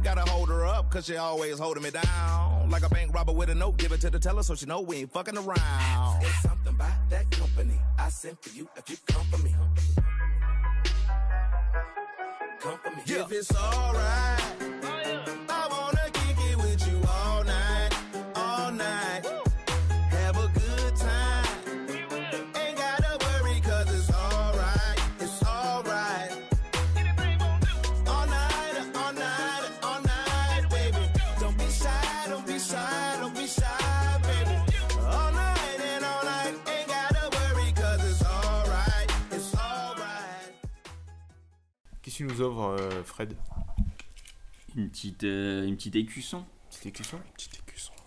S8: Gotta hold her up, cause she always holding me down. Like a bank robber with a note, give it to the teller so she know we ain't fucking around. It's something about that company. I sent for you if you come for me. Come for me. If it's alright. I wanna kick it with you all night, all night. Have a good time. Ain't gotta worry, cause it's alright, it's alright. All night, all night, all night, baby. Don't be shy, don't be shy, don't be shy, baby. All night and all night, ain't gotta worry, cause it's alright, it's alright.
S1: Qu'est-ce qu'il nous offre, euh, Fred
S2: Une petite, euh, une petite écusson.
S1: Petite écusson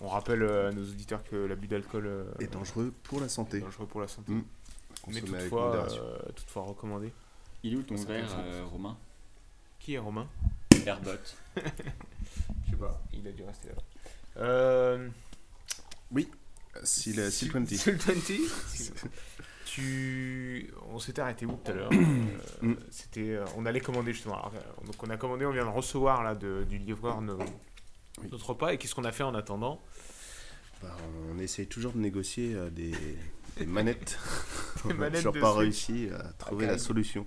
S1: On rappelle euh, à nos auditeurs que l'abus d'alcool euh,
S3: Est dangereux pour la
S1: est
S3: santé.
S1: dangereux pour la santé.
S3: Mm.
S1: Mais
S3: Consommer avec
S1: toutefois,
S3: modération.
S1: euh, toutefois recommandé.
S2: Il est où ton
S3: Ça
S2: verre,
S3: fonctionne.
S2: euh, Romain
S1: Qui est Romain
S2: Airbot.
S1: Je sais pas, il a dû rester là-bas. Euh,
S3: Si le, si le 20.
S1: Seal 20 Excuse-moi. Tu... On s'était arrêté où tout à l'heure Euh, C'était... euh, On allait commander justement. Alors, euh, donc on a commandé, on vient de recevoir là de- du livreur nos-
S3: Oui.
S1: notre repas. Et qu'est-ce qu'on a fait en attendant
S3: Bah, on essaye toujours de négocier euh, des, des manettes.
S1: Des
S3: On a
S1: manettes
S3: toujours
S1: de
S3: pas
S1: Switch.
S3: réussi à trouver la
S1: Greg.
S3: solution.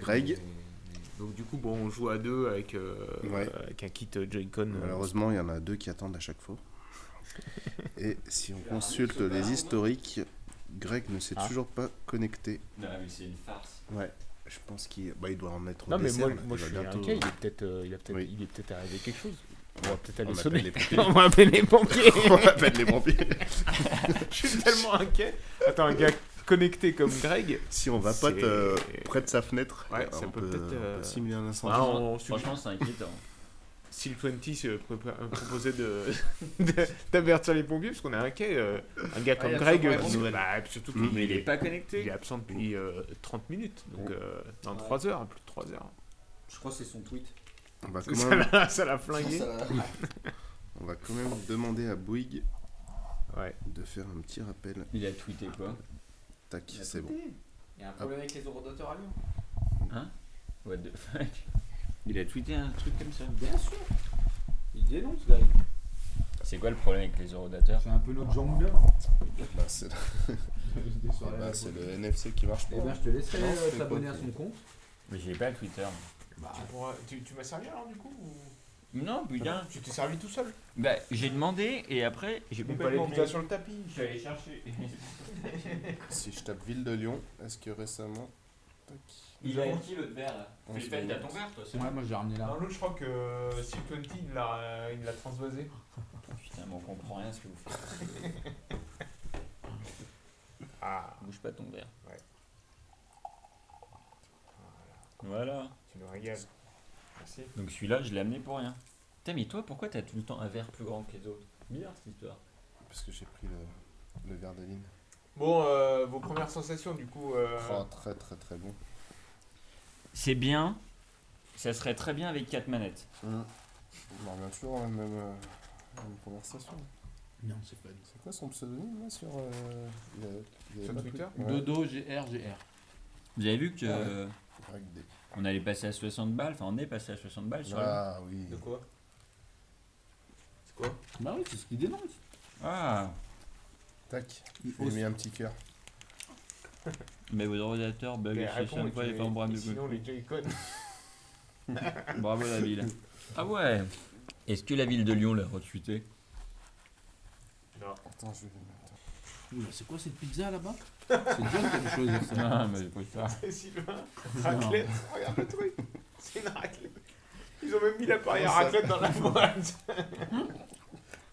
S3: Greg.
S1: Donc du coup, bon, on joue à deux avec, euh,
S3: Ouais.
S1: avec un kit Joy-Con. euh,
S3: Malheureusement, il y en a deux qui attendent à chaque fois. Et si on consulte les historiques, Greg ne s'est
S4: Ah.
S3: toujours pas connecté.
S2: Non, mais c'est une farce.
S3: Ouais, je pense qu'il bah, il doit en être au
S5: Non, mais
S3: dessert,
S5: moi,
S3: là.
S5: moi
S3: Il
S5: je suis
S3: va bientôt-
S5: inquiet. Il est peut-être euh, il a peut-être-
S3: Oui.
S5: il est peut-être arrivé quelque chose. On va peut-être aller
S3: On
S5: sonner.
S3: appelle les pompiers.
S5: On va appeler les pompiers.
S3: On appelle les pompiers.
S1: Je suis tellement inquiet. Attends, un gars connecté comme Greg.
S3: Si on va pas
S1: C'est-
S3: euh, près de sa fenêtre,
S1: Ouais,
S3: on
S1: ça peut
S3: peut,
S1: peut-être,
S3: on peut
S1: euh,
S3: simuler un incendie.
S1: Ah, on, on
S2: Franchement, c'est inquiétant.
S1: Seal 20 se prépa- euh, proposait de- de- d'avertir les pompiers parce qu'on est inquiet. euh, un gars comme
S2: il est
S1: Greg, euh,
S2: absent pour la
S1: qui
S2: bombe.
S1: nous- bah, surtout
S3: Mm.
S1: qu'il
S2: Mais il est
S1: est,
S2: pas
S1: il est
S2: connecté.
S1: absent depuis euh, 30 minutes, donc euh, dans 3 heures, plus de 3 heures.
S4: Je crois que c'est son tweet.
S3: On va quand
S1: Ça
S3: même-
S1: l'a- ça l'a flingué.
S3: on va quand même demander à Bouygues
S1: Ouais.
S3: de faire un petit rappel.
S2: Il a tweeté quoi
S3: Tac,
S4: Bah,
S3: c'est bon.
S4: Il y a un problème avec les eurodoteurs à Lyon
S2: Hein What the fuck Il a tweeté un truc comme ça.
S4: Bien sûr Il dénonce, Greg.
S2: C'est quoi le problème avec les eurodateurs
S4: C'est un peu notre jambe bien.
S3: Bah, c'est bah, c'est le NFC qui marche
S4: Eh
S3: pas.
S4: ben, je te laisserai
S3: Non,
S4: euh,
S3: c'est
S4: t'abonner
S3: pas
S4: à son
S3: cool.
S4: compte.
S2: Mais j'ai pas Twitter.
S1: Tu, pourras- tu- tu m'as servi alors du coup ou-
S2: Non, putain.
S1: Tu t'es servi tout seul
S2: Bah, j'ai demandé et après, j'ai
S1: On pas les
S2: complètement
S1: pizzas
S2: oublié.
S1: sur le tapis.
S2: Je suis allé chercher.
S3: Si je tape Ville de Lyon, est-ce que récemment. Tac.
S2: Il a qui l'autre verre là
S3: On se
S2: Fais
S3: demande.
S2: t'as ton verre toi, c'est
S4: Ouais, moi, je l'ai ramené là.
S1: Dans l'autre, je crois que Seal 20 il l'a il l'a transvasé.
S2: Putain, mais on comprend rien à ce que vous faites.
S1: Ah,
S2: Bouge pas ton verre.
S1: Ouais.
S2: Voilà.
S1: tu nous régales. Merci.
S2: Donc celui-là, je l'ai amené pour rien. Putain, mais toi, pourquoi t'as tout le temps un verre plus grand que les autres Bizarre cette histoire.
S3: Parce que j'ai pris le, le verre de ligne.
S1: Bon, euh, vos premières sensations du coup. euh,
S3: Oh, très très très bon.
S2: C'est bien. Ça serait très bien avec 4 manettes.
S4: Hein.
S3: On en revient toujours à la même, euh, même conversation.
S4: Non, c'est pas
S3: C'est quoi son pseudonyme là sur, euh, il y a- il y a
S1: Sur
S3: pas
S1: Twitter
S3: Ouais.
S4: Dodo, GR, GR.
S2: Vous avez vu que
S3: Ouais.
S2: euh,
S3: Avec des-
S2: on allait passer à 60 balles, enfin on est passé à 60 balles sur le...
S3: Ah oui.
S1: De quoi C'est quoi
S4: Bah oui, c'est ce qu'il dénonce.
S2: Ah
S3: Tac.
S4: Il
S3: J'ai mis un petit cœur.
S2: Mais vos ordinateurs bug
S1: Mais
S2: et
S1: réponds,
S2: sont
S1: et
S2: quoi
S1: tu
S2: et
S1: les-
S2: pas en bras
S1: et
S2: de
S1: Sinon, les Joy-Con.
S2: Bravo la ville. ah ouais Est-ce que la ville de Lyon l'a retweeté
S3: Attends, je vais le mettre.
S4: Oula, c'est quoi cette pizza là-bas C'est John qui a choisi ça.
S2: Ah mais c'est pas ça.
S1: Et Sylvain,
S4: hein.
S1: raclette, regarde le truc. C'est une raclette. Ils ont même mis l'appareil à
S3: Comment ça
S1: raclette dans la boîte.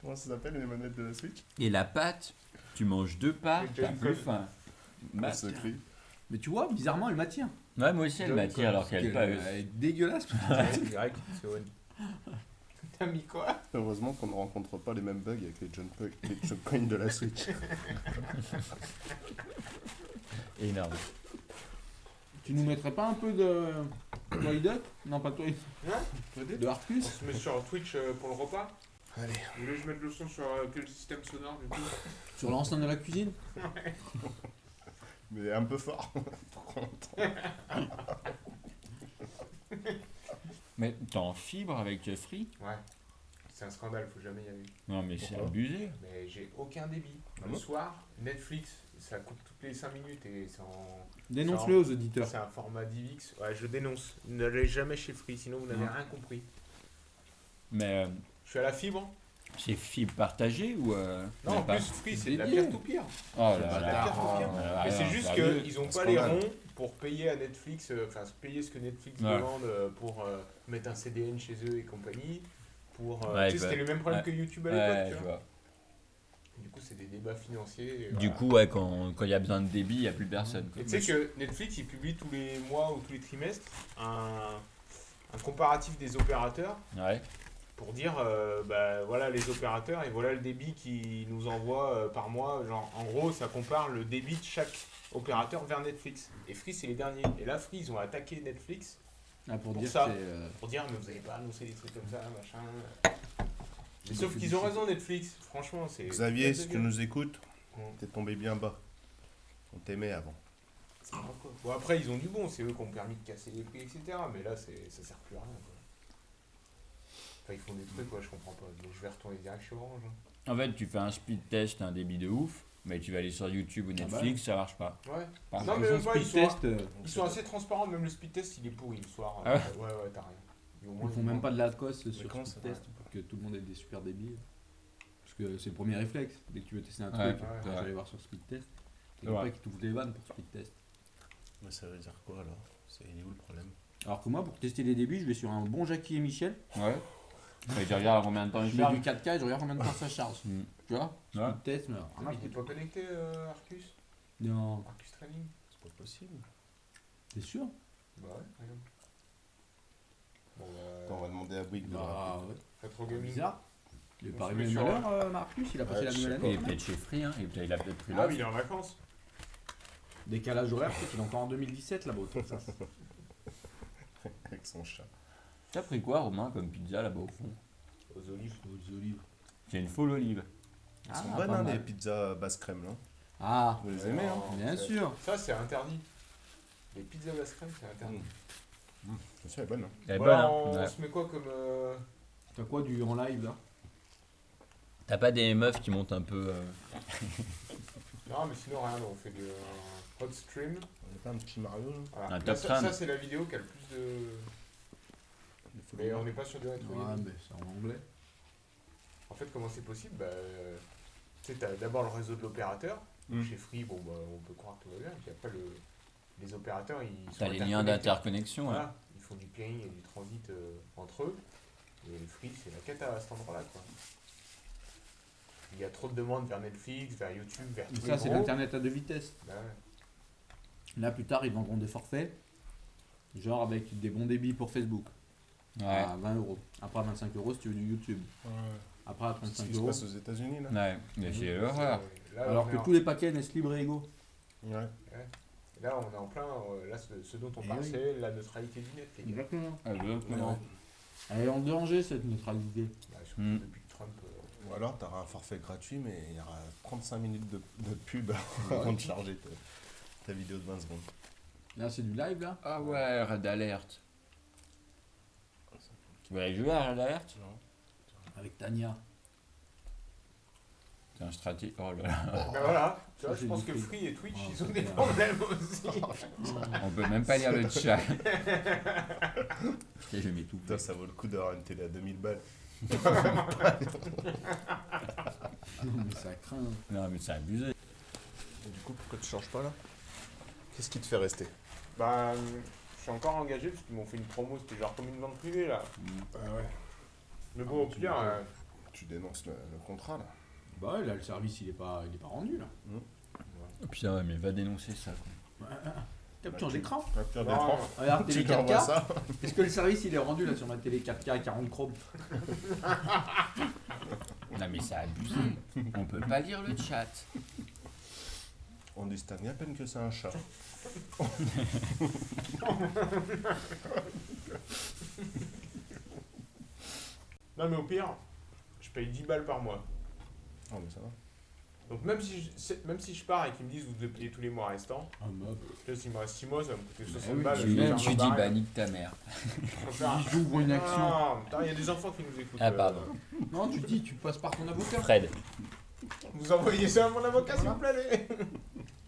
S3: Comment ça s'appelle les manettes de la Switch
S2: Et la pâte Tu manges deux pâtes,
S1: Le
S2: t'as
S1: Joy-Con.
S2: plus faim. Bah,
S3: Le secret.
S4: Mais tu vois, bizarrement, elle m'attire.
S2: ouais moi aussi elle
S4: John,
S2: m'attire alors qu'elle est pas... euh,
S4: Elle est dégueulasse.
S1: T'as mis quoi
S3: Heureusement qu'on ne rencontre pas les mêmes bugs avec les jump les jump coins de la Switch.
S2: Énorme.
S4: Tu nous mettrais pas un peu de. Toy Duck Non, pas Toy De Arcus
S1: On se met sur Twitch euh, pour le repas.
S3: Allez.
S1: Vous voulez que je mette le son sur euh, quel système sonore du coup
S4: Sur l'enceinte de la cuisine
S3: Mais un peu fort. pour qu'on entende.
S2: Mais t'es en fibre avec euh, Free
S1: Ouais. C'est un scandale, faut jamais y aller.
S2: Non mais c'est
S3: Pourquoi
S2: abusé.
S1: Mais j'ai aucun débit.
S3: Ah
S1: le
S3: bon
S1: soir, Netflix, ça coupe toutes les 5 minutes et c'est en.
S4: Dénonce-le aux auditeurs.
S1: C'est un format DivX. Ouais, je dénonce. N'allez jamais chez Free, sinon vous n'avez
S4: Non.
S1: rien compris.
S2: Mais euh,
S1: Je suis à la fibre.
S2: c'est fibre partagée ou... euh,
S1: Non,
S2: y a
S1: en
S2: pas-
S1: plus, Free, c'est de la
S4: Dédié.
S1: pire tout pire.
S2: Oh
S1: C'est
S2: là
S1: de
S2: là.
S1: la pire tout pire.
S2: Ah,
S1: Mais c'est
S2: alors,
S1: juste
S2: ça
S1: que
S2: veut-
S1: ils ont pas les
S3: scandale.
S1: ronds pour payer à Netflix, euh, enfin se payer ce que Netflix
S2: Ouais.
S1: demande euh, pour euh, mettre un CDN chez eux et compagnie. Pour, euh,
S2: Ouais,
S1: tu sais,
S2: bah,
S1: c'était le même problème
S2: ouais.
S1: que YouTube à
S2: Ouais,
S1: l'époque. tu
S2: je
S1: vois.
S2: vois.
S1: Du coup, c'est des débats financiers. et
S2: Du
S1: voilà.
S2: coup, ouais, quand quand il y a besoin de débit, il n'y a plus personne. quoi.
S1: Et tu sais que Netflix, il publie tous les mois ou tous les trimestres un, un comparatif des opérateurs
S2: Ouais.
S1: pour dire euh, bah, voilà les opérateurs et voilà le débit qu'ils nous envoient euh, par mois. Genre, en gros, ça compare le débit de chaque opérateur vers Netflix. Et Free, c'est les derniers. Et là, Free, ils ont attaqué Netflix
S4: Ah, pour,
S1: Pour
S4: dire
S1: ça.
S4: que c'est, euh,
S1: Pour dire, mais vous avez pas annoncé des trucs comme ça, machin. Mais sauf qu'ils ont raison, Netflix. Franchement, c'est.
S3: Xavier, si
S1: c'est
S3: tu nous écoutes,
S1: Ouais.
S3: t'es tombé bien bas. On t'aimait avant.
S1: C'est pas quoi. Bon, après, ils ont du bon, c'est eux qui ont permis de casser les prix, etc. Mais là, c'est- ça sert plus à rien, quoi. Enfin, ils font des trucs, quoi, je comprends pas. Donc, je vais retourner direct chez Orange. hein.
S2: En fait, tu fais un speed test, un débit de ouf, mais tu vas aller sur YouTube ou
S4: bah.
S2: Netflix, ça marche pas.
S1: Ah Ouais.
S2: Par
S1: non,
S2: contre,
S1: mais
S4: ils ont
S1: même pas, ils
S4: speed
S1: sont,
S4: test, euh,
S1: ils sont assez transparents, même le speed test, il est pourri le soir.
S2: Ah ouais.
S1: Euh, ouais, ouais, t'as rien. Mais au moins,
S4: Ils font même pas de la cosse
S3: Mais
S4: sur
S3: comment
S4: ce
S3: ça
S4: test pour que tout le monde ait des super débits. Parce que c'est le premier réflexe. Dès que tu veux tester un
S2: Ouais,
S4: truc,
S1: ouais,
S4: tu vas
S2: ouais.
S4: aller voir sur Speed Test. Et
S2: Ouais.
S4: après, qu'ils t'ouvrent des vannes pour Speed Test.
S3: Mais ça veut dire quoi alors C'est il est où le problème
S4: Alors que moi, pour tester les débits, je vais sur un bon Jackie et Michel.
S2: Ouais. Et tu regardes à combien de temps
S4: Je
S2: il
S4: mets
S2: parle.
S4: du 4K et je regarde combien de temps ça charge.
S2: Mm.
S4: Tu vois
S2: Ouais.
S4: Speed Test, mais alors,
S1: Ah,
S4: rien à
S1: mais t'es
S4: foutre.
S1: pas connecté, euh, Arcus
S4: Non,
S1: Arcus Trading
S3: C'est pas possible.
S4: t'es sûr
S1: Bah ouais, regarde. Bon,
S3: Attends, on va demander à Bouygues de le
S4: Bah
S3: rappeler.
S4: ouais.
S1: Retro
S4: C'est
S1: Gaming.
S4: bizarre. Il est
S1: On
S4: pas
S1: se
S4: arrivé
S1: met
S4: même à
S1: sur-
S4: l'heure, euh, Marcus Il a passé
S3: Ouais,
S4: la
S3: je
S4: nouvelle
S3: sais
S2: Il
S4: année
S2: est peut-être chez Free, hein. il est peut-être- il a peut-être pris
S1: Ah
S2: là.
S1: oui, il est en vacances.
S4: Décalage horaire, c'est qu'il est encore en 2017 là-bas au Texas.
S3: Avec son chat.
S2: T'as pris quoi, Romain, comme pizza là-bas au fond
S1: Aux olives.
S4: Aux olives.
S2: C'est une folle olive.
S3: Elles
S4: Ah,
S3: sont
S4: pas
S3: bonnes, hein, les
S4: mal.
S3: pizzas basse crème, là.
S4: Ah,
S3: Vous les aimez, hein
S1: Non,
S4: bien
S1: ça-
S4: sûr.
S1: Ça, c'est interdit. Les pizzas basse crème, c'est interdit.
S3: Attention, elle est bonne, hein.
S2: Elle est
S1: Bon,
S2: bonne,
S1: alors,
S2: hein.
S1: on,
S2: Ouais.
S1: se met quoi comme. euh,
S4: T'as quoi du en live là
S2: T'as pas des meufs qui montent un peu. euh,
S1: Non, Ah, mais sinon, rien, on fait des euh, hot stream.
S3: On n'a pas un petit Mario, là
S1: Voilà.
S2: Un
S1: Là,
S2: top
S1: ça,
S2: tram.
S1: ça, c'est la vidéo qui a le plus de.
S3: Il faut
S1: Mais
S3: le-
S1: on n'est pas sur du rétro.
S4: Ouais, mais c'est en anglais.
S1: En fait, comment c'est possible bah, euh, Tu sais, t'as d'abord le réseau de l'opérateur.
S2: Hmm.
S3: Mm.
S1: Chez Free, bon, bah, on peut croire que tout va bien. Et puis après, le... les opérateurs, ils sont.
S2: T'as les
S1: interconnectés.
S2: liens d'interconnexion. hein.
S1: Voilà, ils font du pairing et du transit euh, entre eux. Et Free, c'est la cata à cet endroit-là, quoi. Il y a trop de demandes vers Netflix, vers YouTube, vers
S4: Et
S1: tous
S4: ça,
S1: les
S4: c'est
S1: gros.
S4: l'internet à deux vitesses.
S1: Bah ouais.
S4: Là, plus tard, ils vendront des forfaits. Genre avec des bons débits pour Facebook.
S2: Ouais.
S4: À 20 euros. Après, à 25 euros si tu veux du YouTube. Après, à
S3: C'est ce
S4: 35
S3: qui se
S4: euros.
S3: passe aux États-Unis, là.
S2: Ouais. Mais c'est horreur.
S1: Là,
S4: Alors
S1: on
S4: que
S1: est en-
S4: tous les paquets Nestlé Libre et Ego.
S3: Ouais.
S1: Là, on est en plein. euh, Là, ce, ce dont on
S4: Eh
S1: parle,
S4: oui.
S1: c'est la neutralité du net, les gars.
S4: Exactement.
S2: Ah, Exactement.
S4: Elle est en danger cette neutralité.
S1: Bah, surtout
S2: Mm.
S1: depuis que Trump. euh,
S3: Ou alors, t'auras un forfait gratuit, mais il y aura 35 minutes de, de pub avant de charger ta, ta vidéo de 20 secondes.
S4: Là, c'est du live là
S2: Ah ouais, Red Alert. Tu vas aller jouer à Red Alert
S4: Avec Tania.
S2: C'est un straté. Oh là là.
S1: Bah voilà, tu
S4: ça,
S1: vois, je
S4: j'ai
S1: pense
S4: dit
S1: que
S4: Free.
S1: Free et Twitch,
S4: Ah,
S1: ils ont
S4: c'est
S1: des
S4: bien.
S1: problèmes aussi.
S2: On peut même pas lire le chat. Putain, je tout.
S3: Putain, ça vaut le coup d'avoir une télé à 2000 balles.
S4: Ah Non, mais ça craint.
S2: Non, mais c'est abusé.
S3: Et du coup, pourquoi tu changes pas, là Qu'est-ce qui te fait rester
S1: bah, euh, je suis encore engagé parce qu'ils m'ont fait une promo, c'était genre comme une vente privée là. Euh,
S3: ouais.
S1: Mais bon, au
S3: tu
S1: pire,
S3: m'étonnes.
S1: euh,
S3: Tu dénonces le, le contrat, là.
S4: Bah ouais, là, le service, il est pas, il est pas rendu là.
S2: Oh, Putain, ouais, mais va dénoncer ça. quoi.
S4: Capture d'écran.
S3: Capture
S1: Non, euh,
S3: d'écran.
S4: Regarde, télé
S3: Tu leur envoies
S4: 4K.
S3: ça
S4: Est-ce que le service, il est rendu là sur ma télé 4K à 40 chrome
S2: Non, mais c'est abusé. On peut pas lire le chat.
S3: On distingue à peine que c'est un chat.
S1: non, mais au pire, je paye 10 balles par mois.
S3: Ah, mais ça va.
S1: Donc même si je, c'est- même si je pars et qu'ils me disent vous devez payer tous les mois restants,
S4: Un mob.
S1: là, s'il me reste 6 mois, ça va me coûter 60
S4: oui,
S1: balles.
S2: Tu,
S1: je vais faire
S2: tu
S1: un
S2: dis,
S1: baril.
S2: bah nique ta mère.
S1: Je préfère-
S4: J'ouvre une action.
S1: Non, Ah, putain, il y a des enfants qui nous écoutent.
S2: Ah,
S1: euh,
S2: pardon.
S4: Non, tu dis, tu passes par ton avocat.
S2: Fred.
S1: Vous envoyez ça à mon avocat, s'il vous plaît. allez.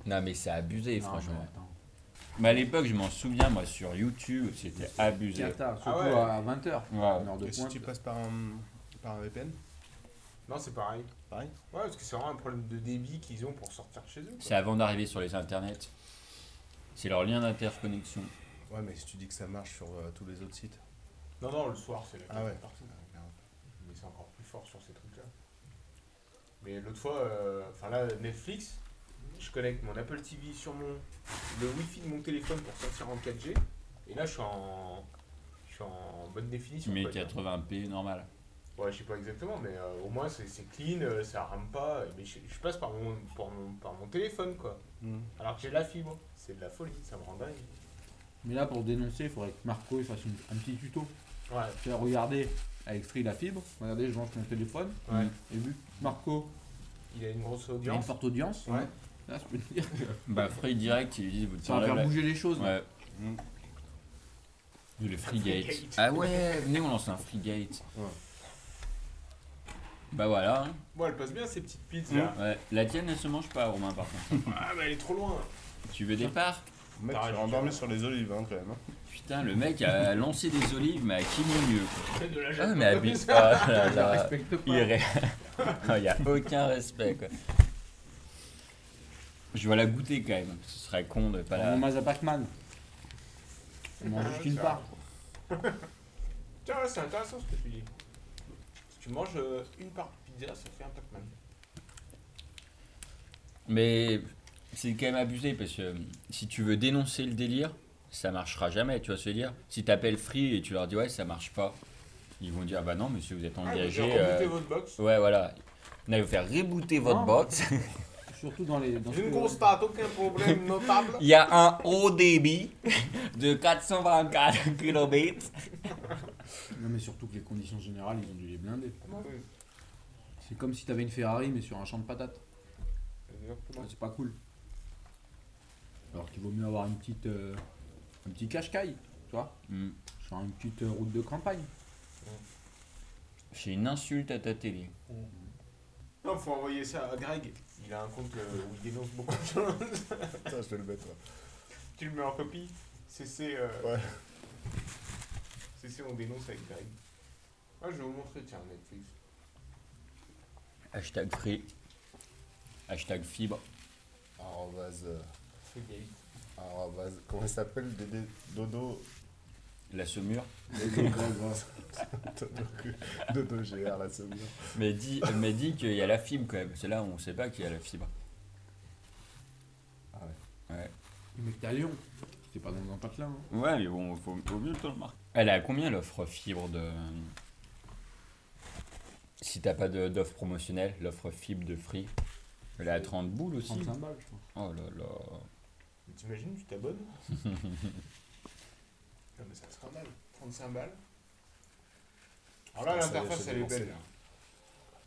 S2: Non, mais c'est abusé,
S4: Non,
S2: franchement.
S4: mais attends.
S2: Mais à l'époque, je m'en souviens, moi, sur YouTube, c'était abusé.
S4: Cata, surtout
S1: Ah ouais.
S4: à 20h.
S2: Ouais. Ah,
S4: Une heure de
S3: Et si
S4: pointe.
S3: tu passes par un, par un VPN
S1: Non, c'est pareil.
S3: Pareil
S1: Ouais, parce que c'est vraiment un problème de débit qu'ils ont pour sortir de chez eux.
S2: C'est
S1: quoi.
S2: avant d'arriver sur les internets. C'est leur lien d'interconnexion.
S3: Ouais, mais si tu dis que ça marche sur euh, tous les autres sites.
S1: Non, non, le soir, c'est la
S3: Ah ouais.
S1: partie. Mais c'est encore plus fort sur ces trucs-là. Mais l'autre fois, euh, enfin là, Netflix, je connecte mon Apple TV sur mon le Wi-Fi de mon téléphone pour sortir en 4G. Et là, je suis en, je suis en bonne définition.
S2: Mais
S1: quoi, tu vois.
S2: 80p, normal.
S1: Ouais, je sais pas exactement, mais euh, au moins c'est c'est clean, euh, ça rame pas. Mais je, je passe par mon, par, mon, par mon téléphone, quoi. Alors que j'ai la fibre. C'est de la folie, ça me rend dingue.
S4: Mais là, pour dénoncer, il faudrait que Marco il fasse une- un petit tuto.
S1: Ouais.
S4: Tu vas regarder avec Free la fibre. Regardez, je lance mon téléphone.
S1: Ouais.
S4: Et vu que Marco
S1: Il a une grosse
S4: il a une
S1: audience.
S4: forte audience,
S1: Ouais.
S4: là, je peux te dire que
S2: Bah, Free Direct, ils disent.
S4: ça va faire bouger les choses.
S2: Ouais. Le Freegate. Ah ouais, venez, on lance un Freegate. Bah voilà. hein.
S1: Bon, elle passe bien ces petites pizzas. là.
S2: Ouais. La tienne, elle se mange pas, Romain, par contre.
S1: Ah, mais elle est trop loin.
S2: tu veux des parts
S3: Mec,
S1: T'as
S3: tu vas
S1: raison.
S3: endormi sur les olives, hein, quand même. hein.
S2: Putain, le mec a lancé des olives, mais à qui mieux mieux
S1: C'est de la
S2: Ah,
S1: jatte.
S2: mais abuse pas. là, là. Il ré- Non, y a aucun respect, quoi. Je vais la goûter quand même. Ce serait con de pas
S4: En
S2: la.
S4: hommage à Pac-Man. On mange juste une
S1: ça.
S4: part.
S1: Tiens, là, c'est intéressant ce que tu dis. Si tu manges euh, une part de pizza, ça fait un Pac-Man.
S2: Mais c'est quand même abusé parce que euh, si tu veux dénoncer le délire, ça marchera jamais. Tu vas se dire, si t'appelles Free et tu leur dis ouais, ça marche pas, ils vont dire ah bah non, monsieur, vous êtes
S1: Ah, mais j'ai
S2: engagé.
S1: rebooté
S2: euh,
S1: votre box.
S2: Ouais, voilà. Là, vous faire rebooter votre
S4: Non.
S2: box.
S4: Surtout dans les. Dans
S1: Je ne
S4: que-
S1: constate aucun problème notable.
S2: Il y a un haut débit de 424 km.
S4: Non, mais surtout que les conditions générales, ils ont dû les blinder. C'est comme si t'avais une Ferrari, mais sur un champ de patates. Ouais, C'est pas cool. Alors qu'il vaut mieux avoir une petite. euh, un petit cache-caille, tu vois
S2: Hmm.
S4: Sur une petite euh, route de campagne.
S2: C'est une insulte à ta télé.
S1: Non, faut envoyer ça à Greg. Il a un compte euh, où il dénonce beaucoup de choses.
S3: Ça, je vais le mettre. ouais.
S1: tu le mets en copie. CC. Euh...
S3: Ouais.
S1: CC, on dénonce avec Greg. Ah, je vais vous montrer, tiens, Netflix.
S2: Hashtag Free. Hashtag fibre.
S3: Arrobase. euh,
S1: C'est gay.
S3: arrobase- Comment il s'appelle Dédé Dodo.
S2: La saumure.
S3: Dodo Dodo- Dodo GR, la seconde.
S2: Mais dit, mais dit qu'il y a la fibre quand même. C'est là où on sait pas qu'il y a la fibre.
S3: Ah
S2: ouais. Ouais.
S4: Mais t'es à Lyon. T'es pas dans un patelin. hein.
S2: Ouais, mais bon, faut, faut mieux le marque. Elle a combien l'offre fibre de. Si t'as pas de- d'offre promotionnelle, l'offre fibre de Free. Elle est à 30 boules aussi.
S4: 35 balles, je crois.
S2: Oh là là.
S1: Mais T'imagines, tu t'abonnes Non, mais c'est un scandale. 35 balles. Alors là,
S3: Putain, ça y est,
S1: l'interface,
S3: c'est
S1: elle est
S3: dépensé,
S1: belle.
S3: là.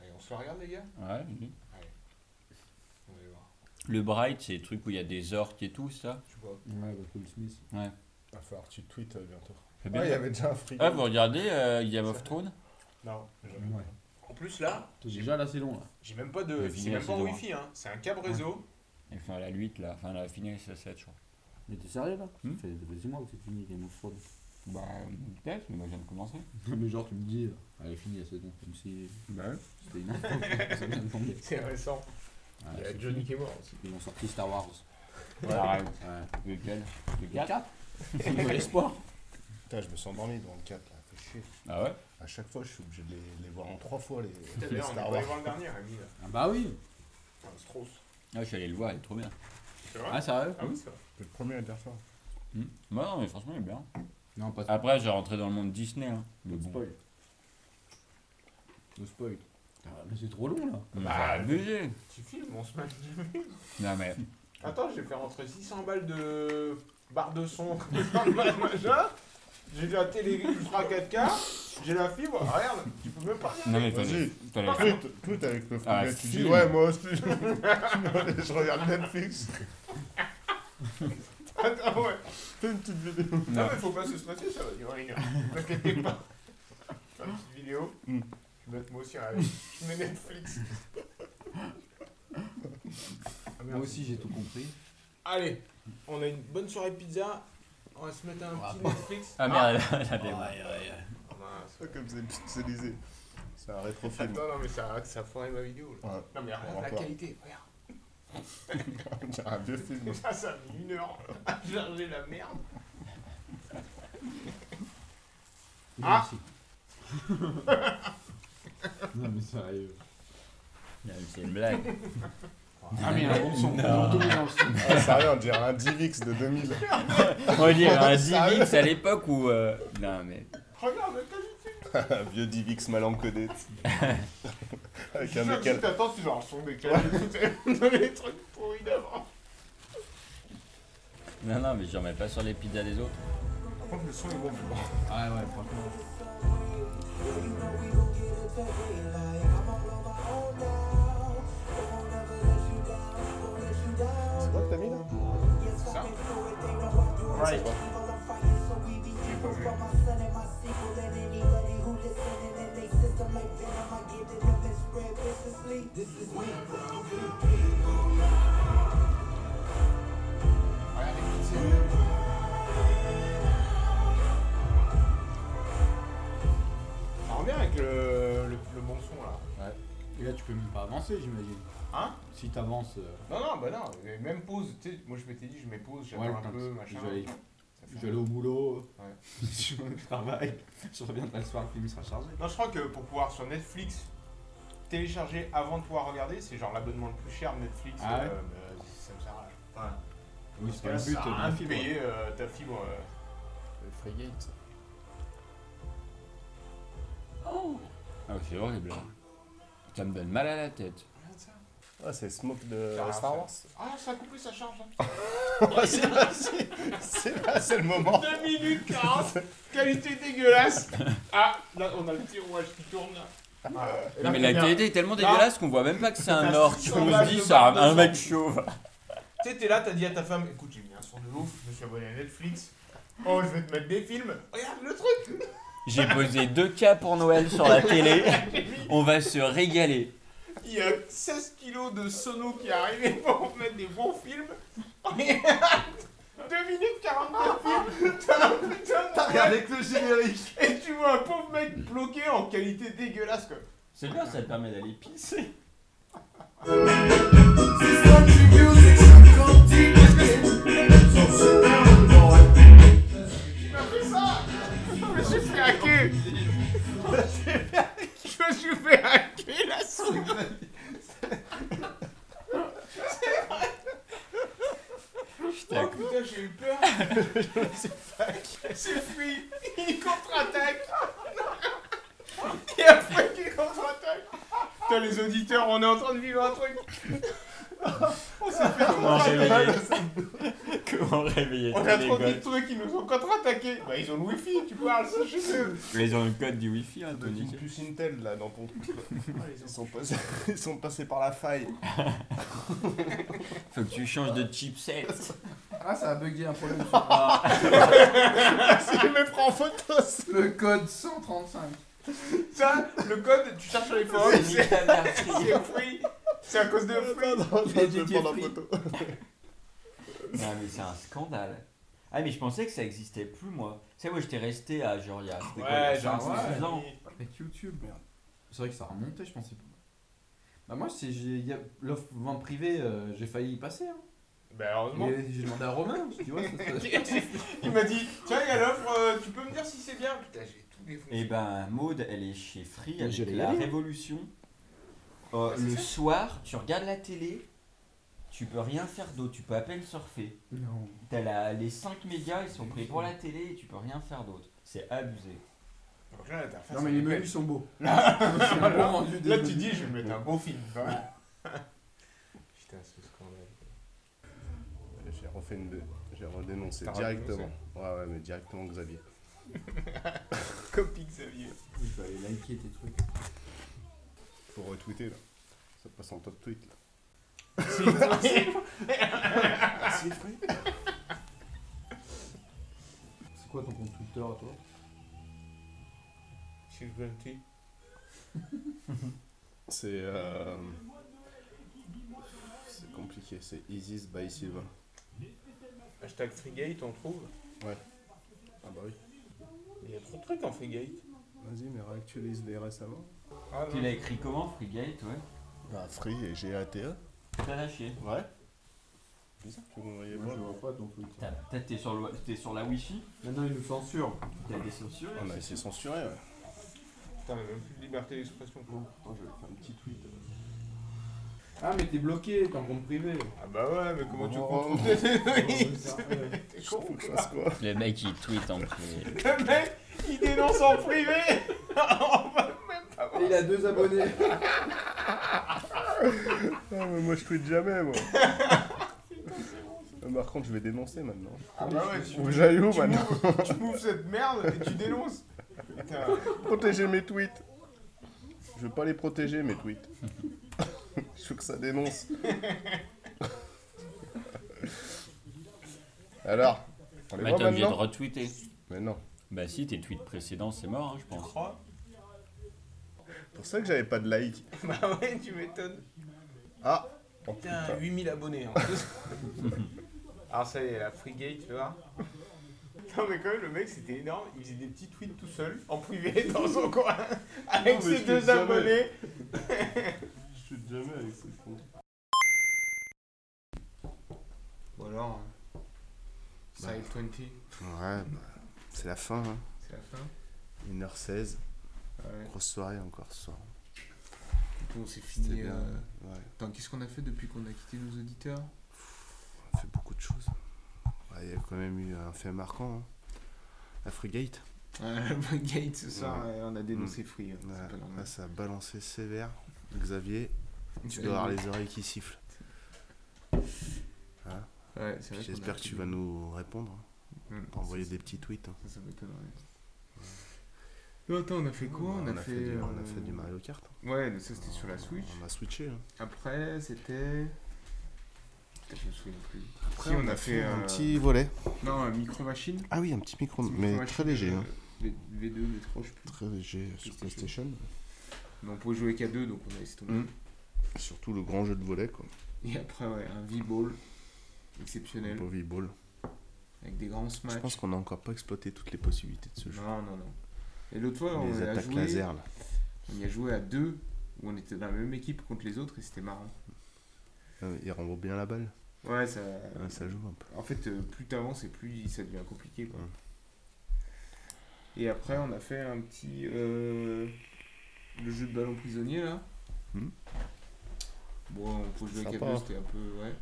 S1: Allez, on se la regarde, les gars
S2: Ouais, oui.
S1: On va aller voir.
S2: Le Bright, c'est le truc où il y a des orques et tout, ça.
S1: Tu vois
S4: Ouais, bah, Will Smith.
S2: Ouais.
S3: Il va falloir que tu tweets euh, bientôt.
S2: C'est
S3: Ah,
S2: bien.
S3: il y avait déjà un frigo.
S2: Ah, vous regardez euh, Game of Thrones
S1: Non.
S4: Ouais.
S1: En plus, là,
S4: Déjà, là, c'est long, là.
S1: j'ai même pas
S2: Le
S1: de. C'est
S2: vinyle,
S1: même pas
S2: c'est
S1: en
S2: droit.
S1: wifi, hein. C'est un câble réseau.
S2: Et enfin, la 8, là. Enfin, la finale, c'est la 7, je crois.
S4: Mais t'es sérieux, là
S2: Hmm
S4: Ça fait des mois que c'est fini, Game of Thrones.
S2: Bah, peut-être, mais moi, je viens de commencer.
S4: Non, mais genre, tu me dis, euh, elle est finie la saison, comme si c'était une info, ça vient de tomber.
S1: C'est récent.
S4: Ah,
S1: Il y
S4: c'est
S1: a Johnny
S4: fini.
S1: qui est mort aussi.
S4: Ils ont sorti Star Wars.
S2: Arrête.
S4: Ouais.
S2: Lequel Le
S4: Le
S2: 4
S4: 4 L'espoir
S3: Putain, je me suis endormi devant le 4 là. Fait chier.
S2: Ah ouais
S3: À chaque fois, je suis obligé de les, les voir en trois fois, les, les
S1: D'ailleurs, on est pas
S3: Star
S1: allé
S3: Wars.
S1: voir le dernier, Rémi, là.
S4: Ah bah oui
S1: Ah, Strauss.
S2: Ah, je suis allé le voir, il est trop bien.
S1: C'est vrai
S4: Ah, sérieux
S1: Ah oui, c'est vrai.
S3: Le premier et la dernière fois.
S2: Hmm. Ouais, non, mais franchement, il est bien.
S4: Non, pas de
S2: Après, j'ai rentré dans le monde Disney. Hein. Mais bon.
S4: spoil. No spoil. Ah, mais c'est trop long, là
S2: Mais
S1: Bah,
S2: c'est abusé.
S1: Tu filmes, on se met.
S2: Non, mais.
S1: Attends, j'ai fait rentrer 600 balles de barre de son, 600 balles, machin. J'ai la télé ultra 4K, j'ai la fibre, regarde, tu peux même pas
S2: Non, mais
S3: Vas-y.
S2: fallait. fallait-
S3: Tweet, tweet avec le frigo.
S2: Ah,
S3: tu
S2: si.
S3: dis, ouais, moi aussi. je regarde Netflix.
S1: Attends, ouais.
S3: Fais une petite vidéo.
S1: Non,
S2: Non.
S1: mais faut pas se stresser, ça va durer une heure. Ne t'inquiète pas. Fais une petite vidéo.
S3: Mm.
S1: Je mets moi aussi, allez. Je mets Netflix. Ah, merde.
S4: Moi aussi, j'ai tout compris.
S1: Allez, on a une bonne soirée pizza. On va se mettre un petit Netflix.
S2: Ah merde, elle avait-
S1: Ah, mince.
S3: C'est Comme c'est pixelisé. C'est un rétrofilm.
S1: Attends, non, mais ça, ça a foiré ma vidéo. Là.
S3: Ouais.
S1: Non, mais regarde la
S3: Encore.
S1: qualité, regarde.
S3: C'est un vieux film.
S1: Ça, ça a mis une heure à charger la merde. Ah
S4: Non, mais sérieux.
S2: Non, mais c'est une blague.
S4: Ah, mais il y a un bon son. Ils ont tout mis dans le son.
S3: Ah, sérieux, on dirait un DivX de 2000.
S2: On dirait un Zivix à l'époque où. euh, Non, mais.
S1: Regarde la qualité.
S3: Un vieux DivX mal encodé.
S1: Je
S3: Avec un
S1: sais, Si
S3: décal.
S1: t'attends, tu vas avoir son décalage. dans les trucs pourris d'avant.
S2: Non, non, mais je remets pas sur les pizzas des autres.
S3: Par contre, le son est bon.
S4: Ah ouais, franchement.
S3: C'est quoi que t'as mis là
S1: Ça
S3: Right.
S1: Ça revient avec le, le, le bon son là.
S4: Ouais. Et là, tu peux même pas avancer, j'imagine.
S1: Hein
S4: Si t'avances. euh,
S1: Non, non, bah non, mais même pause. Tu sais, moi je m'étais dit, je mets pause, j'attends
S4: Ouais,
S1: un
S4: putain,
S1: peu, machin.
S4: je vais aller-
S1: Ça fait
S4: Je vais aller au boulot,
S1: Ouais.
S4: je vais au travail, je reviendrai le soir, le film sera chargé.
S1: Non, je crois que pour pouvoir sur Netflix télécharger avant de pouvoir regarder, c'est genre l'abonnement le plus cher de Netflix.
S4: Ah ouais
S1: euh, mais ça me sert à rien. Enfin,
S4: Oui,
S1: parce que là, ça sert à rien de payer euh, ta fibre. euh.
S2: Le frigate. Ah, c'est horrible. hein. Ça me donne mal à la tête.
S3: Ah, c'est Smoke de
S1: Ça a rien
S3: Star
S1: fait.
S3: Wars.
S1: Ah, ça a coupé sa charge. hein.
S3: Ah, c'est là, c'est- c'est là, c'est le moment.
S1: 2 minutes 40, qualité dégueulasse. Ah, là, on a le petit rouage qui tourne là.
S2: Ah. Non, mais la
S1: première-
S2: qualité est tellement
S4: Ah.
S1: Là.
S2: dégueulasse qu'on voit même pas que c'est un
S1: T'as
S2: orc.
S1: six
S2: On se
S1: images
S2: dit,
S1: de
S2: c'est un un
S1: barbe
S2: mec
S1: de
S2: chauve.
S1: Tu sais, t'es là, t'as dit à ta femme écoute, j'ai mis un son de ouf, je me suis abonné à Netflix. Oh, je vais te mettre des films. Regarde le truc.
S2: J'ai posé deux cas pour Noël sur la télé. On va se régaler.
S1: Il y a 16 kilos de sono qui est arrivé pour mettre des bons films. 2 minutes 40 de film. T'as un putain de Noël,
S9: que le générique
S1: Et tu vois un pauvre mec bloqué en qualité dégueulasse quoi.
S2: C'est bien, ça te permet d'aller pisser.
S1: Tu m'as fait ça Je me suis fait hacker Je me suis fait hacker la souris C'est vrai Oh putain, j'ai eu peur C'est fui Il contre-attaque Il a fucking contre-attaque Putain, les auditeurs, on est en train de vivre un truc On s'est fait
S2: Comment
S1: contre-attaquer
S2: réveiller Comment réveiller
S1: on
S2: tous
S1: a
S2: les
S1: trop dit
S2: gosses
S1: de trucs, ils nous ont contre-attaqué. Bah, ils ont le wifi, tu parles, ça, je sais.
S2: Mais Ils ont le code du wifi, hein,
S3: De
S2: Tony.
S3: une puce Intel là dans ton. Ils sont passés, ils sont passés par la faille.
S2: Faut que tu changes de chipset.
S4: Ah, ça a bugué un problème.
S3: C'est les mecs en photos.
S4: Le code 135.
S1: Ça, le code, tu cherches sur les forums, c'est c'est free. C'est à cause de free.
S3: Je vais prendre en photo.
S2: Non mais c'est un scandale. Ah mais je pensais que ça existait plus moi. Tu sais moi j'étais resté à genre il y a c'était quoi, il y a
S4: genre,
S2: 5-6
S4: ouais.
S2: ans.
S4: Avec YouTube, merde. C'est vrai que ça remontait, je pensais pas. Bah, moi, c'est, j'ai, y a- l'offre vente privée, euh, j'ai failli y passer. Hein.
S1: Bah, heureusement.
S4: Et j'ai demandé à Romain, je dis, ouais, ça, ça-
S1: Il m'a dit, tiens, il y a l'offre, euh, tu peux me dire si c'est bien Putain, j'ai tout
S2: Et
S1: défoncé.
S2: ben Maude elle est chez Free
S4: Mais
S2: avec
S4: j'allais y
S2: la
S4: aller.
S2: Révolution. Euh,
S1: Ah, c'est
S2: le
S1: ça
S2: soir tu regardes la télé, tu peux rien faire d'autre, tu peux à peine surfer.
S4: Non.
S2: T'as la- les 5 médias ils sont pris pour la télé et tu peux rien faire d'autre. C'est abusé.
S1: Donc là, l'interface,
S4: Non, mais les
S1: elle est
S4: menus sont beaux. C'est un bon rendu des
S1: belle. Là,
S4: menus.
S1: tu dis, je vais me mettre un bon film. quand même. Putain, ce scandale.
S3: J'ai refait une deux. J'ai redénoncé
S1: T'as
S3: directement. Ouais ouais mais directement Xavier.
S1: Copie Xavier.
S4: Il fallait liker tes trucs.
S3: Faut retweeter là. Ça passe en top tweet là.
S4: C'est quoi ton compte Twitter à toi
S1: Je suis gentil.
S3: C'est euh... C'est compliqué, c'est Isis by Sylvain.
S1: Hashtag Freegate, on trouve.
S3: Ah bah oui.
S1: Il y a trop de trucs en Freegate.
S3: Vas-y mais réactualise les récemment.
S1: Ah,
S2: Tu l'as écrit comment Frigate ouais
S3: Bah Free et GATE.
S2: T'as lâché.
S3: Ouais. E. Bizarre que vous m'envoyez
S4: Moi,
S3: voir.
S4: je vois pas ton Twitter.
S2: T'as- Peut-être t'es sur, le- t'es sur la wifi,
S4: Maintenant, il nous censure.
S2: t'as des censures.
S3: On a essayé de censurer ouais.
S1: Putain, mais même plus de liberté d'expression. quoi.
S3: Attends, je vais faire un petit tweet.
S4: Ah, mais t'es bloqué, t'es en compte privé.
S1: Ah bah ouais, mais comment tu
S3: Oh.
S1: comptes Oui,
S4: Ouais.
S1: t'es
S3: Faut
S1: con.
S3: que je fasse quoi
S2: Le mec il tweet hein, en privé.
S1: Le mec, il dénonce en privé. On va même pas voir.
S4: Et il a deux abonnés.
S3: Ah, mais moi je tweete jamais moi.
S10: Par contre, je vais dénoncer maintenant.
S1: Ah bah ouais, tu-
S10: Vous allez où
S1: tu
S10: maintenant
S1: m'ouvres- tu m'ouvres cette merde et tu dénonces. Putain.
S10: Protéger mes tweets. Je veux pas les protéger, mes tweets. je veux que ça dénonce. Alors, on les
S2: Bah,
S10: voit
S2: t'es obligé de
S10: maintenant
S2: retweeter.
S10: Mais non.
S2: Bah si, tes tweets précédents, c'est mort, hein, je pense.
S10: C'est pour ça que j'avais pas de like.
S11: Bah ouais, tu m'étonnes. Oh,
S10: Ah
S1: Oh,
S11: Putain, 8000 abonnés en plus. Alors ça y est, la Freegate, tu vois. Non mais quand même, le mec c'était énorme, il faisait des petits tweets tout seul, en privé, dans son coin, avec
S10: Non, mais
S11: ses
S10: je
S11: deux
S10: fais jamais.
S11: abonnés.
S10: Je suis jamais avec ce con.
S1: Ou alors. hein, Side 20,
S3: Ouais, bah, c'est la fin. Hein.
S1: c'est la fin.
S3: 1h16.
S1: Ouais.
S3: Grosse soirée encore ce soir.
S1: Bon, c'est
S3: C'était
S1: fini.
S3: bien,
S1: euh,
S3: ouais.
S1: Attends, qu'est-ce qu'on a fait depuis qu'on a quitté nos auditeurs
S3: On a fait beaucoup de choses. Ouais, Il y a quand même eu un fait marquant. Hein. La Frigate.
S1: Ah, la Black Gate ce soir,
S3: Ouais.
S1: ouais, on a dénoncé Free. hein, c'est
S3: Ouais,
S1: pas normal.
S3: là, ça a balancé sévère. Xavier, tu
S1: Xavier.
S3: dois avoir les oreilles qui sifflent. Hein
S1: Ouais, c'est vrai
S3: Puis
S1: qu'on a
S3: J'espère que tu
S1: reçu
S3: vas
S1: des-
S3: nous répondre. hein.
S1: Mm.
S3: T'as envoyé des petits tweets. hein.
S1: Ça, ça m'étonnerait. Non, attends, on a fait quoi
S3: Ouais,
S1: on, a fait,
S3: du,
S1: euh,
S3: on a fait du Mario Kart. hein.
S1: Ouais, ça c'était sur la Switch.
S3: On a switché. hein.
S1: Après, c'était. Putain, Je me souviens plus.
S3: Après,
S1: Si, on, a fait.
S3: un
S1: euh,
S3: petit volet.
S1: Non, un micro-machine.
S3: Ah oui, un petit micro,
S1: Petit
S3: mais
S1: micro-machine,
S3: très léger.
S1: euh,
S3: hein.
S1: V- V2, V3, je sais plus.
S3: Très léger sur PlayStation.
S1: Mais on pouvait jouer qu'à deux, donc on a laissé tomber.
S3: Mm. Surtout le grand jeu de volet, quoi.
S1: Et après, ouais, un V-Ball. Exceptionnel.
S3: Le V-Ball.
S1: Avec des grands
S3: Je
S1: smash.
S3: pense qu'on a encore pas exploité toutes les possibilités de ce jeu.
S1: Non, non, non. Et l'autre fois, on
S3: les
S1: a
S3: attaques
S1: joué.
S3: laser, là.
S1: On y a joué à deux, où on était dans la même équipe contre les autres et c'était marrant.
S3: Euh, Il renvoie bien la balle.
S1: Ouais, ça.
S3: Ouais, ça joue un peu.
S1: En fait, euh, plus t'avances et plus ça devient compliqué. Quoi.
S3: Ouais.
S1: Et après, on a fait un petit. euh, le jeu de ballon prisonnier là.
S3: Hmm.
S1: Bon, on peut jouer avec
S3: Sympa,
S1: deux,
S3: hein.
S1: c'était un peu. Ouais.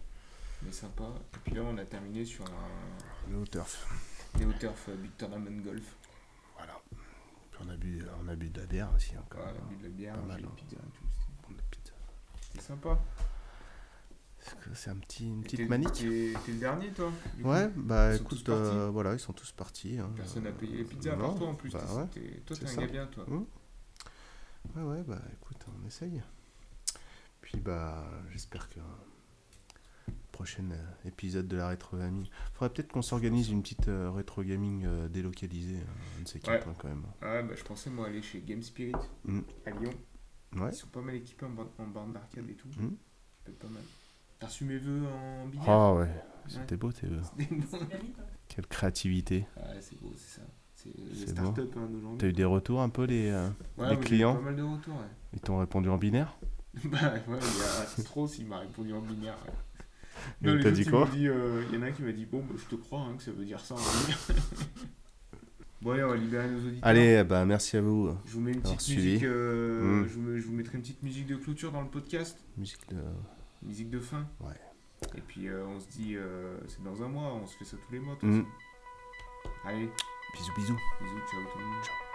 S1: Mais sympa. Et puis là, on a terminé sur un.
S3: Le haut turf.
S1: Néo Turf euh, Big Tournament Golf.
S3: Voilà. Puis on a bu, on a bu de la bière aussi, encore.
S1: Quoi, on a bu de la bière,
S3: pas
S1: mangé
S3: mal,
S1: des
S3: hein.
S1: pizzas et tout. c'était-
S3: Prendre la pizza.
S1: C'était sympa.
S3: Est-ce que C'est un petit, une
S1: Et t'es-
S3: petite manique.
S1: T'es t'es le dernier toi du coup
S3: Ouais, bah
S1: Ils sont tous
S3: écoute,
S1: partis.
S3: euh, voilà, ils sont tous partis. hein.
S1: Personne n'a payé les pizzas à
S3: non,
S1: part toi en plus.
S3: bah
S1: t'es-
S3: ouais.
S1: t'es- toi,
S3: c'est
S1: t'es un
S3: ça. Mm.
S1: gars bien, toi.
S3: Ouais, ouais, bah écoute, on essaye. Puis bah, j'espère que euh, prochain euh, épisode de la rétro gaming. Faudrait peut-être qu'on s'organise une petite euh, rétro gaming euh, délocalisée, euh, un de ces quatre, hein, quand même.
S1: Ah, bah, je pensais, moi, aller chez Game Spirit
S3: Mm.
S1: à Lyon.
S3: Ouais.
S1: Ils sont pas mal équipés en, ban- en borne d'arcade et tout.
S3: Mm.
S1: Ça peut être pas mal. T'as reçu mes vœux en billets
S3: Ah ouais, c'était beau tes vœux.
S1: C'était bon.
S3: Quelle créativité.
S1: Ah, c'est beau, c'est ça. C'est les
S3: C'est bon.
S1: startups hein, d'aujourd'hui.
S3: T'as eu des retours un peu les,
S1: Ouais,
S3: euh, les
S1: moi, j'ai eu
S3: clients
S1: pas mal de retours, ouais.
S3: Ils t'ont répondu en binaire
S1: bah, ouais, il y a Strauss, il m'a répondu en binaire. ouais.
S3: Et
S1: Non, les
S3: t'as
S1: autres,
S3: dit
S1: ils
S3: quoi
S1: m'ont dit, euh, Il y en a un qui m'a dit Bon, bah, je te crois hein, que ça veut dire ça en binaire. bon, allez, on va libérer nos auditeurs.
S3: Allez, bah merci à vous.
S1: Je vous mets une
S3: Alors,
S1: petite
S3: suivi.
S1: musique. euh,
S3: Mm.
S1: je, vous mets- je vous mettrai une petite musique de clôture dans le podcast.
S3: Musique de...
S1: Musique de fin.
S3: Ouais.
S1: Et puis euh, on se dit, euh, c'est dans un mois, on se fait ça tous les mois. de toute
S3: Mm.
S1: façon. Allez,
S3: Bisous bisous.
S1: bisous, ciao tout le monde. Ciao.